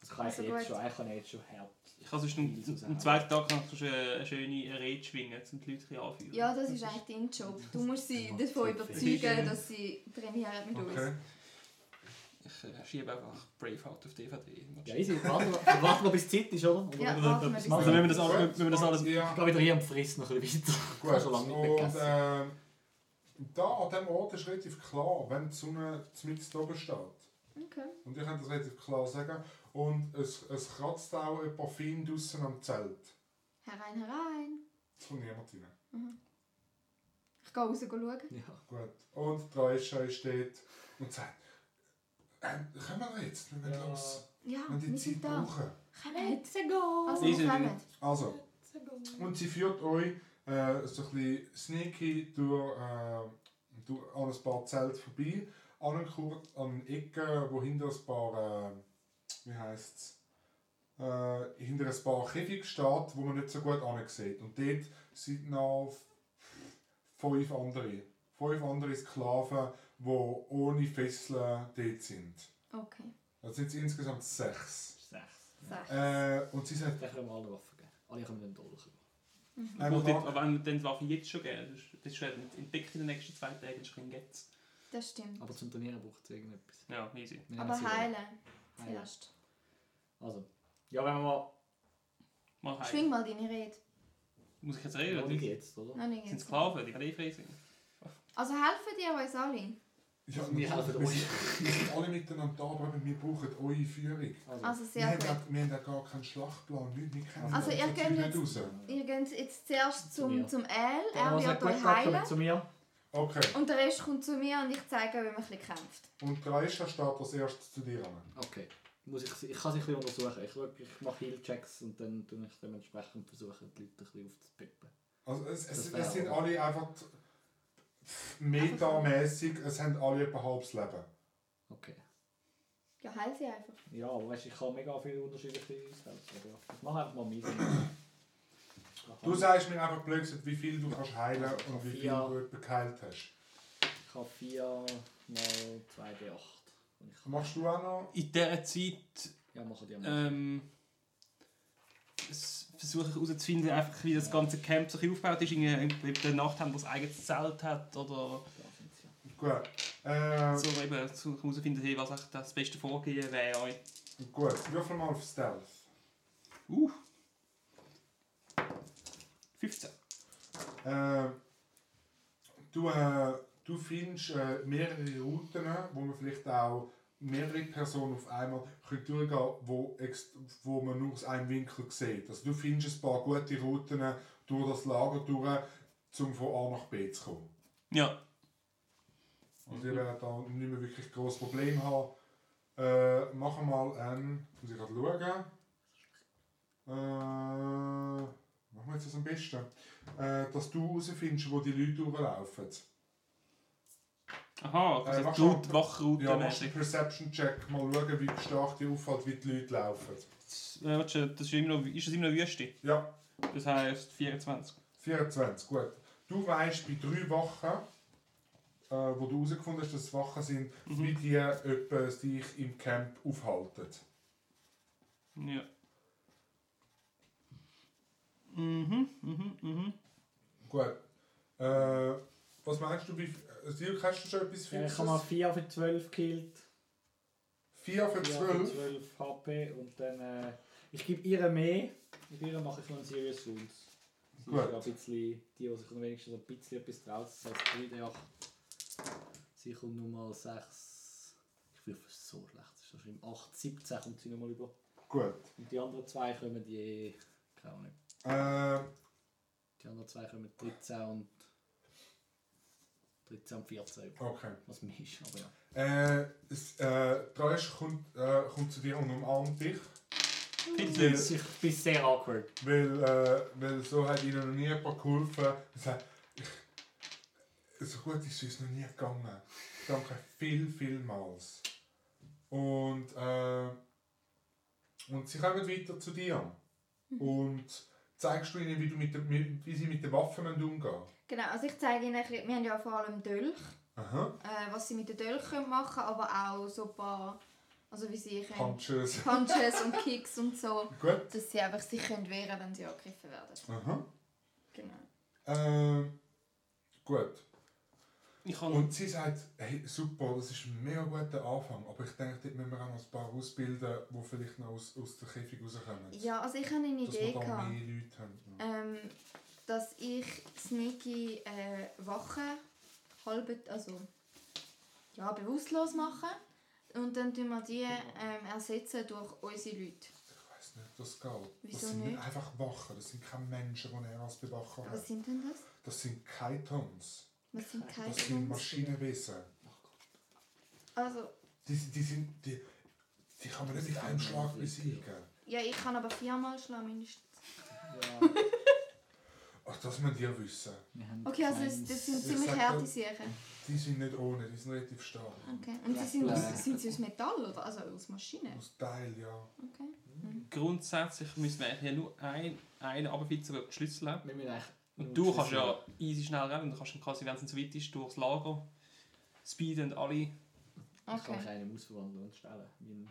[SPEAKER 4] Das kann ich
[SPEAKER 3] Also
[SPEAKER 4] jetzt
[SPEAKER 3] gut.
[SPEAKER 4] schon, eigentlich kann ich jetzt schon hart.
[SPEAKER 2] Ich kann sonst am, am zweiten Tag kannst du eine, eine äh, schöne Rede schwingen, um die Leute ein bisschen anführen.
[SPEAKER 3] Ja, das ist eigentlich dein Job. Du musst sie davon überzeugen, dass sie trainieren mit uns.
[SPEAKER 1] Okay.
[SPEAKER 2] Ich äh, schiebe einfach Braveheart auf DVD.
[SPEAKER 4] Ja, easy. Warten wir, warten wir bis die Zeit ist, oder? Und
[SPEAKER 3] Ja,
[SPEAKER 4] schauen, ob
[SPEAKER 3] warten
[SPEAKER 4] etwas
[SPEAKER 3] wir bis die
[SPEAKER 4] machen.
[SPEAKER 2] Also wenn wir das alles...
[SPEAKER 1] Gut.
[SPEAKER 2] Wenn wir das alles
[SPEAKER 4] Ich
[SPEAKER 1] Ja,
[SPEAKER 4] gehe wieder rein und frisse noch ein bisschen weiter. Ich habe
[SPEAKER 1] gut.
[SPEAKER 4] schon lange nicht mehr
[SPEAKER 1] Und
[SPEAKER 4] gegessen.
[SPEAKER 1] ähm, da an diesem Ort ist relativ klar, wenn die Sonne mitten oben steht.
[SPEAKER 3] Okay.
[SPEAKER 1] Und ich kann das relativ klar sagen. Und es, es kratzt auch ein paar fein draussen am Zelt.
[SPEAKER 3] Herein, herein.
[SPEAKER 1] Es kommt niemand rein.
[SPEAKER 3] Ich gehe raus schauen.
[SPEAKER 4] Ja.
[SPEAKER 1] Gut. Und da ist schon steht und sagt, ähm, kommen wir jetzt, wir müssen
[SPEAKER 4] Ja.
[SPEAKER 1] los.
[SPEAKER 3] Ja,
[SPEAKER 1] Wir
[SPEAKER 3] Ah,
[SPEAKER 1] haben die
[SPEAKER 3] wir
[SPEAKER 1] Zeit
[SPEAKER 3] sind da.
[SPEAKER 1] brauchen.
[SPEAKER 3] Kommt. Also,
[SPEAKER 2] Sie
[SPEAKER 3] wir
[SPEAKER 2] sind-
[SPEAKER 3] kommen.
[SPEAKER 1] Also, und sie führt euch äh, so ein bisschen sneaky durch, äh, durch an ein paar Zelte vorbei, an einen Kur an eine Ecke, wo hinter ein paar, äh, wie heisst's, äh, hinter ein paar Käfig steht, wo man nicht so gut sieht. Und dort sind noch fünf andere, fünf andere Sklaven, die ohne Fesseln dort sind.
[SPEAKER 3] Okay,
[SPEAKER 1] Das sind insgesamt sechs.
[SPEAKER 4] Sechs.
[SPEAKER 3] sechs.
[SPEAKER 1] Äh, und sie sagt,
[SPEAKER 4] Dann können wir alle Waffen geben. Alle können den Dolch über.
[SPEAKER 3] Mhm,
[SPEAKER 2] Aber
[SPEAKER 1] einfach-
[SPEAKER 2] wenn wir dann die Waffe jetzt schon geben, das ist- das ist schon entdeckt in den nächsten zwei Tagen, das ist kein Getz.
[SPEAKER 3] Das stimmt.
[SPEAKER 4] Aber zum Trainieren braucht es irgendetwas.
[SPEAKER 2] Ja, easy.
[SPEAKER 4] Wir
[SPEAKER 3] Aber
[SPEAKER 4] haben sie-
[SPEAKER 3] heilen
[SPEAKER 4] Heilen.
[SPEAKER 3] zuerst.
[SPEAKER 4] Also. Ja, wenn wir mal...
[SPEAKER 2] Mal heim.
[SPEAKER 3] Schwing mal deine Rede.
[SPEAKER 2] Muss ich jetzt
[SPEAKER 4] Ja,
[SPEAKER 2] reden? Ja,
[SPEAKER 4] jetzt, oder?
[SPEAKER 3] Noch nicht
[SPEAKER 2] sind
[SPEAKER 3] jetzt.
[SPEAKER 2] Sklaven, die gerade eh frei sind.
[SPEAKER 3] Also helfen die uns alle.
[SPEAKER 1] Ja,
[SPEAKER 4] Wir helfen
[SPEAKER 1] natürlich,
[SPEAKER 4] euch.
[SPEAKER 1] Wir sind alle miteinander da, aber eben, wir brauchen eure Führung.
[SPEAKER 4] Also.
[SPEAKER 3] Also
[SPEAKER 1] Wir
[SPEAKER 3] sehr
[SPEAKER 1] haben,
[SPEAKER 3] gut.
[SPEAKER 1] auch, wir haben auch gar keinen Schlachtplan, nicht, wir kennen
[SPEAKER 3] Also,
[SPEAKER 1] uns
[SPEAKER 3] ihr
[SPEAKER 1] so
[SPEAKER 3] geht
[SPEAKER 1] ziemlich
[SPEAKER 3] jetzt-
[SPEAKER 1] nicht raus.
[SPEAKER 3] Ihr geht jetzt zuerst
[SPEAKER 4] Zu mir.
[SPEAKER 3] zum, zum L,
[SPEAKER 4] Dann
[SPEAKER 3] er
[SPEAKER 4] haben wir
[SPEAKER 3] wird
[SPEAKER 4] gesagt,
[SPEAKER 3] euch
[SPEAKER 4] gut, gut,
[SPEAKER 3] heilen.
[SPEAKER 4] kommt zu mir.
[SPEAKER 1] Okay,
[SPEAKER 3] Und der Rest kommt zu mir und ich zeige, wie man ein bisschen kämpft.
[SPEAKER 1] und Dreischer steht als erstes zu dir an.
[SPEAKER 4] Okay. Muss ich, ich kann sie ein bisschen untersuchen. Ich, schau, ich mache Heal-Checks und dann tue ich dementsprechend versuchen, die Leute ein bisschen aufzupeppen.
[SPEAKER 1] Also es, es,
[SPEAKER 4] Das wär
[SPEAKER 1] es sind
[SPEAKER 4] aber-
[SPEAKER 1] alle einfach pff, metamäßig, es haben alle etwa halbes Leben.
[SPEAKER 4] Okay.
[SPEAKER 3] Ja, heil sie einfach.
[SPEAKER 4] Ja, aber weißt, du, ich kann mega viele unterschiedliche Ausfälle. aber ja. Ich mache einfach mal meinen.
[SPEAKER 1] Du
[SPEAKER 4] ich
[SPEAKER 1] sagst mir einfach blödsinn, wie viel du kannst heilen
[SPEAKER 4] Mhm. Also,
[SPEAKER 1] und wie viel
[SPEAKER 4] ja.
[SPEAKER 1] du jemanden geheilt hast.
[SPEAKER 4] habe 4 mal 2 D8. Und ich
[SPEAKER 1] Machst du auch noch?
[SPEAKER 5] In dieser Zeit
[SPEAKER 4] ja, mache die am
[SPEAKER 5] ähm, s- versuche ich herauszufinden, einfach wie das ganze Camp so ein bisschen aufgebaut ist. Irgendwie, ob der Nachthemd das eigenes Zelt hat oder
[SPEAKER 1] Gut. Äh,
[SPEAKER 5] so eben zu herausfinden, hey, was echt das beste Vorgehen wäre.
[SPEAKER 1] Gut, würfel mal auf Stealth.
[SPEAKER 5] Uh. 15.
[SPEAKER 1] Äh, du, äh, du findest äh, mehrere Routen, wo man vielleicht auch mehrere Personen auf einmal können durchgehen können, wo, ex- wo man nur aus einem Winkel sieht. Also du findest ein paar gute Routen durch das Lager durch, um von A nach B zu kommen.
[SPEAKER 5] Ja.
[SPEAKER 1] Und ihr werdet da nicht mehr wirklich großes Problem haben. Äh, machen wir mal einen. Muss ich gerade schauen. Äh, machen wir jetzt das am besten. Äh, dass du herausfindest, wo die Leute durchlaufen.
[SPEAKER 5] Aha,
[SPEAKER 1] Äh,
[SPEAKER 5] das
[SPEAKER 1] machst
[SPEAKER 5] ist
[SPEAKER 1] du-
[SPEAKER 5] Blut, Wachroute.
[SPEAKER 1] Ja,
[SPEAKER 5] Ja,
[SPEAKER 1] machst
[SPEAKER 5] äh,
[SPEAKER 1] einen Perception-Check. Mal schauen, wie stark dir auffällt, wie die Leute laufen.
[SPEAKER 5] äh, warte, das ist, immer noch, ist das immer noch Wüste?
[SPEAKER 1] Ja,
[SPEAKER 5] Das heisst 24.
[SPEAKER 1] 24, gut. Du weißt bei drei Wochen, äh, wo du herausgefunden hast, dass es Wachen sind, wie die etwa sich im Camp aufhalten.
[SPEAKER 5] Ja. Mhm, mhm, mhm.
[SPEAKER 1] Gut. Äh, was meinst du, wie viel. Dirk, hast du schon etwas
[SPEAKER 4] Ja, ich habe mal
[SPEAKER 1] Fixes?
[SPEAKER 4] 4 für 12 gekillt.
[SPEAKER 1] 4 für
[SPEAKER 4] 4 für
[SPEAKER 1] 12.
[SPEAKER 4] 12 HP und dann. Äh, ich gebe ihr mehr. Mit ihr mache ich noch einen Serious Wounds. Sie
[SPEAKER 1] Gut.
[SPEAKER 4] ist ja ein bisschen, die, die sich am wenigsten so ein bisschen etwas traut, das heißt 3 D8. Sie kommt nur mal 6. Ich würfel so schlecht, das ist so schlimm. 8, 17 kommt sie nochmal über.
[SPEAKER 1] Gut.
[SPEAKER 4] Und die anderen zwei kommen je. Keine Ahnung.
[SPEAKER 1] Äh,
[SPEAKER 4] Die anderen zwei kommen 13 und. 13 und 14 über.
[SPEAKER 1] okay.
[SPEAKER 4] Was mir ist, aber ja.
[SPEAKER 1] Äh, es, äh, Treusch kommt, äh, kommt zu dir und umarmt dich.
[SPEAKER 4] Ich
[SPEAKER 1] Weil,
[SPEAKER 4] bin sehr awkward.
[SPEAKER 1] weil, äh, weil so hat ihnen noch nie jemand geholfen. Er sagt, ich- so gut ist es uns noch nie gegangen. Danke viel, vielmals. Und, äh, und sie kommen weiter zu dir. Und zeigst du ihnen, wie, du mit der, mit- wie sie mit den Waffen umgehen müssen.
[SPEAKER 3] Genau, also ich zeige ihnen, ein bisschen- wir haben ja vor allem Dolch,
[SPEAKER 1] Aha.
[SPEAKER 3] äh, was sie mit den Dolchen können machen aber auch so ein paar, also wie sie können,
[SPEAKER 1] Punches.
[SPEAKER 3] Punches und Kicks und so,
[SPEAKER 1] Gut.
[SPEAKER 3] dass sie einfach sich können wehren wenn sie angegriffen werden.
[SPEAKER 1] Aha.
[SPEAKER 3] Genau.
[SPEAKER 1] Ähm, gut.
[SPEAKER 5] Ich habe
[SPEAKER 1] Und sie sagt, hey, super, das ist ein mega guter Anfang, aber ich denke, dort müssen wir auch noch ein paar ausbilden, die vielleicht noch aus, aus der Käfig rauskommen.
[SPEAKER 3] Ja, also ich habe eine
[SPEAKER 1] Dass
[SPEAKER 3] Idee
[SPEAKER 1] wir da
[SPEAKER 3] gehabt,
[SPEAKER 1] mehr Leute haben.
[SPEAKER 3] ähm, dass ich sneaky äh, Wachen halbe, also ja, bewusstlos mache und dann tun wir die ähm, ersetzen durch unsere Leute.
[SPEAKER 1] Ich weiss nicht, ob das geht.
[SPEAKER 3] Wieso
[SPEAKER 1] das sind
[SPEAKER 3] nicht?
[SPEAKER 1] einfach Wachen, das sind keine Menschen, die er als Bewacher
[SPEAKER 3] Was
[SPEAKER 1] hat.
[SPEAKER 3] sind denn das?
[SPEAKER 1] Das sind keine Tons.
[SPEAKER 3] Was sind keine
[SPEAKER 1] Das sind
[SPEAKER 3] Kunst?
[SPEAKER 1] Maschinenwesen.
[SPEAKER 3] Also,
[SPEAKER 1] Die, die, sind, die, die kann man nicht mit einem Schlag besiegen.
[SPEAKER 3] ja, ich kann aber viermal schlagen mindestens.
[SPEAKER 4] Ja.
[SPEAKER 1] Ach, das müsst ihr wissen.
[SPEAKER 4] Wir haben
[SPEAKER 3] Okay, also das,
[SPEAKER 4] keins.
[SPEAKER 3] das sind
[SPEAKER 1] Ich
[SPEAKER 3] ziemlich
[SPEAKER 1] sag
[SPEAKER 3] harte
[SPEAKER 1] ja-
[SPEAKER 3] Sachen.
[SPEAKER 1] Die sind nicht ohne, die sind relativ stark.
[SPEAKER 3] Okay. Und sie sind, aus, sind sie aus Metall oder? Also aus Maschine?
[SPEAKER 1] Aus Teil, ja.
[SPEAKER 3] Okay.
[SPEAKER 5] grundsätzlich müssen wir eigentlich ja nur ein, einen runterfitzen, der den Schlüssel hat.
[SPEAKER 4] Wir müssen eigentlich
[SPEAKER 5] Und
[SPEAKER 4] nur
[SPEAKER 5] du kannst
[SPEAKER 4] schliessen.
[SPEAKER 5] ja easy schnell rennen. Du kannst dann quasi, wenn es so weit ist, durchs Lager speeden und alle.
[SPEAKER 4] Ich kann mich
[SPEAKER 3] Okay.
[SPEAKER 4] einem ausverwandeln und stellen. Mein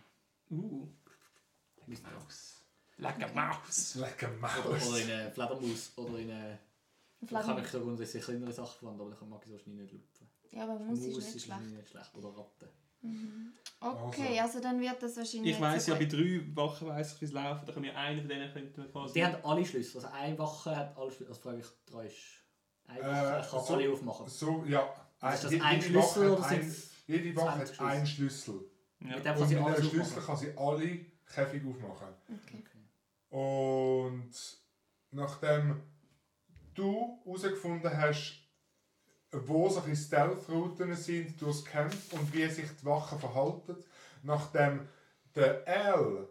[SPEAKER 5] Uh,
[SPEAKER 4] Maus.
[SPEAKER 5] lecker Maus!
[SPEAKER 1] Lecker
[SPEAKER 4] Oder, oder
[SPEAKER 1] Maus.
[SPEAKER 4] in eine Fledermaus. Oder in eine... Dann kann ich sogar unsere kleinere Sachen verwandeln, aber dann mag ich so schnell nicht lupfen.
[SPEAKER 3] Ja, aber Maus ist nicht schlecht.
[SPEAKER 4] nicht schlecht. Oder Ratten.
[SPEAKER 3] Okay, also dann wird das wahrscheinlich.
[SPEAKER 5] Ich weiss
[SPEAKER 3] nicht
[SPEAKER 5] ja,
[SPEAKER 3] so
[SPEAKER 5] bei
[SPEAKER 3] gut.
[SPEAKER 5] drei Wochen weiss ich, wie es läuft. Da können wir einen von denen könnten wir quasi.
[SPEAKER 4] Die haben alle Schlüssel. Also eine Woche hat alle Schlüssel. Also frage ich, drei ist... Eine
[SPEAKER 1] Äh,
[SPEAKER 4] Woche kann
[SPEAKER 1] so-
[SPEAKER 4] alle aufmachen.
[SPEAKER 1] So, ja.
[SPEAKER 4] Ist das
[SPEAKER 1] Jede
[SPEAKER 4] ein
[SPEAKER 1] Woche
[SPEAKER 4] Schlüssel
[SPEAKER 1] hat
[SPEAKER 4] oder
[SPEAKER 1] ein-
[SPEAKER 4] sind's
[SPEAKER 1] Jede Woche
[SPEAKER 4] 20
[SPEAKER 1] hat ein Schlüssel.
[SPEAKER 4] Mit
[SPEAKER 5] Ja.
[SPEAKER 4] dem kann
[SPEAKER 1] Und
[SPEAKER 4] sie
[SPEAKER 1] mit
[SPEAKER 4] alles
[SPEAKER 1] einem Schlüssel
[SPEAKER 4] aufmachen.
[SPEAKER 1] kann sie alle Käfig aufmachen.
[SPEAKER 3] Okay.
[SPEAKER 1] Und nachdem du herausgefunden hast, wo solche Stealth-Routen sind durchs Camp und wie sich die Wachen verhalten, nachdem der L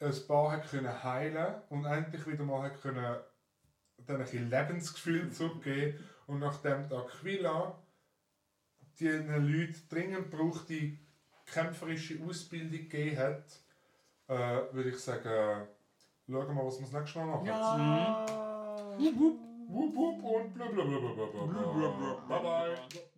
[SPEAKER 1] ein paar hat können heilen und endlich wieder mal hat können dann ein bisschen Lebensgefühl zurückgeben. Und nachdem die Aquila die Leute dringend braucht, die kämpferische Ausbildung gegeben hat, äh, würde ich sagen, schauen wir mal, was wir das nächste Mal machen.
[SPEAKER 2] Ja.
[SPEAKER 1] Wup, wup und blablabla. Bye bye.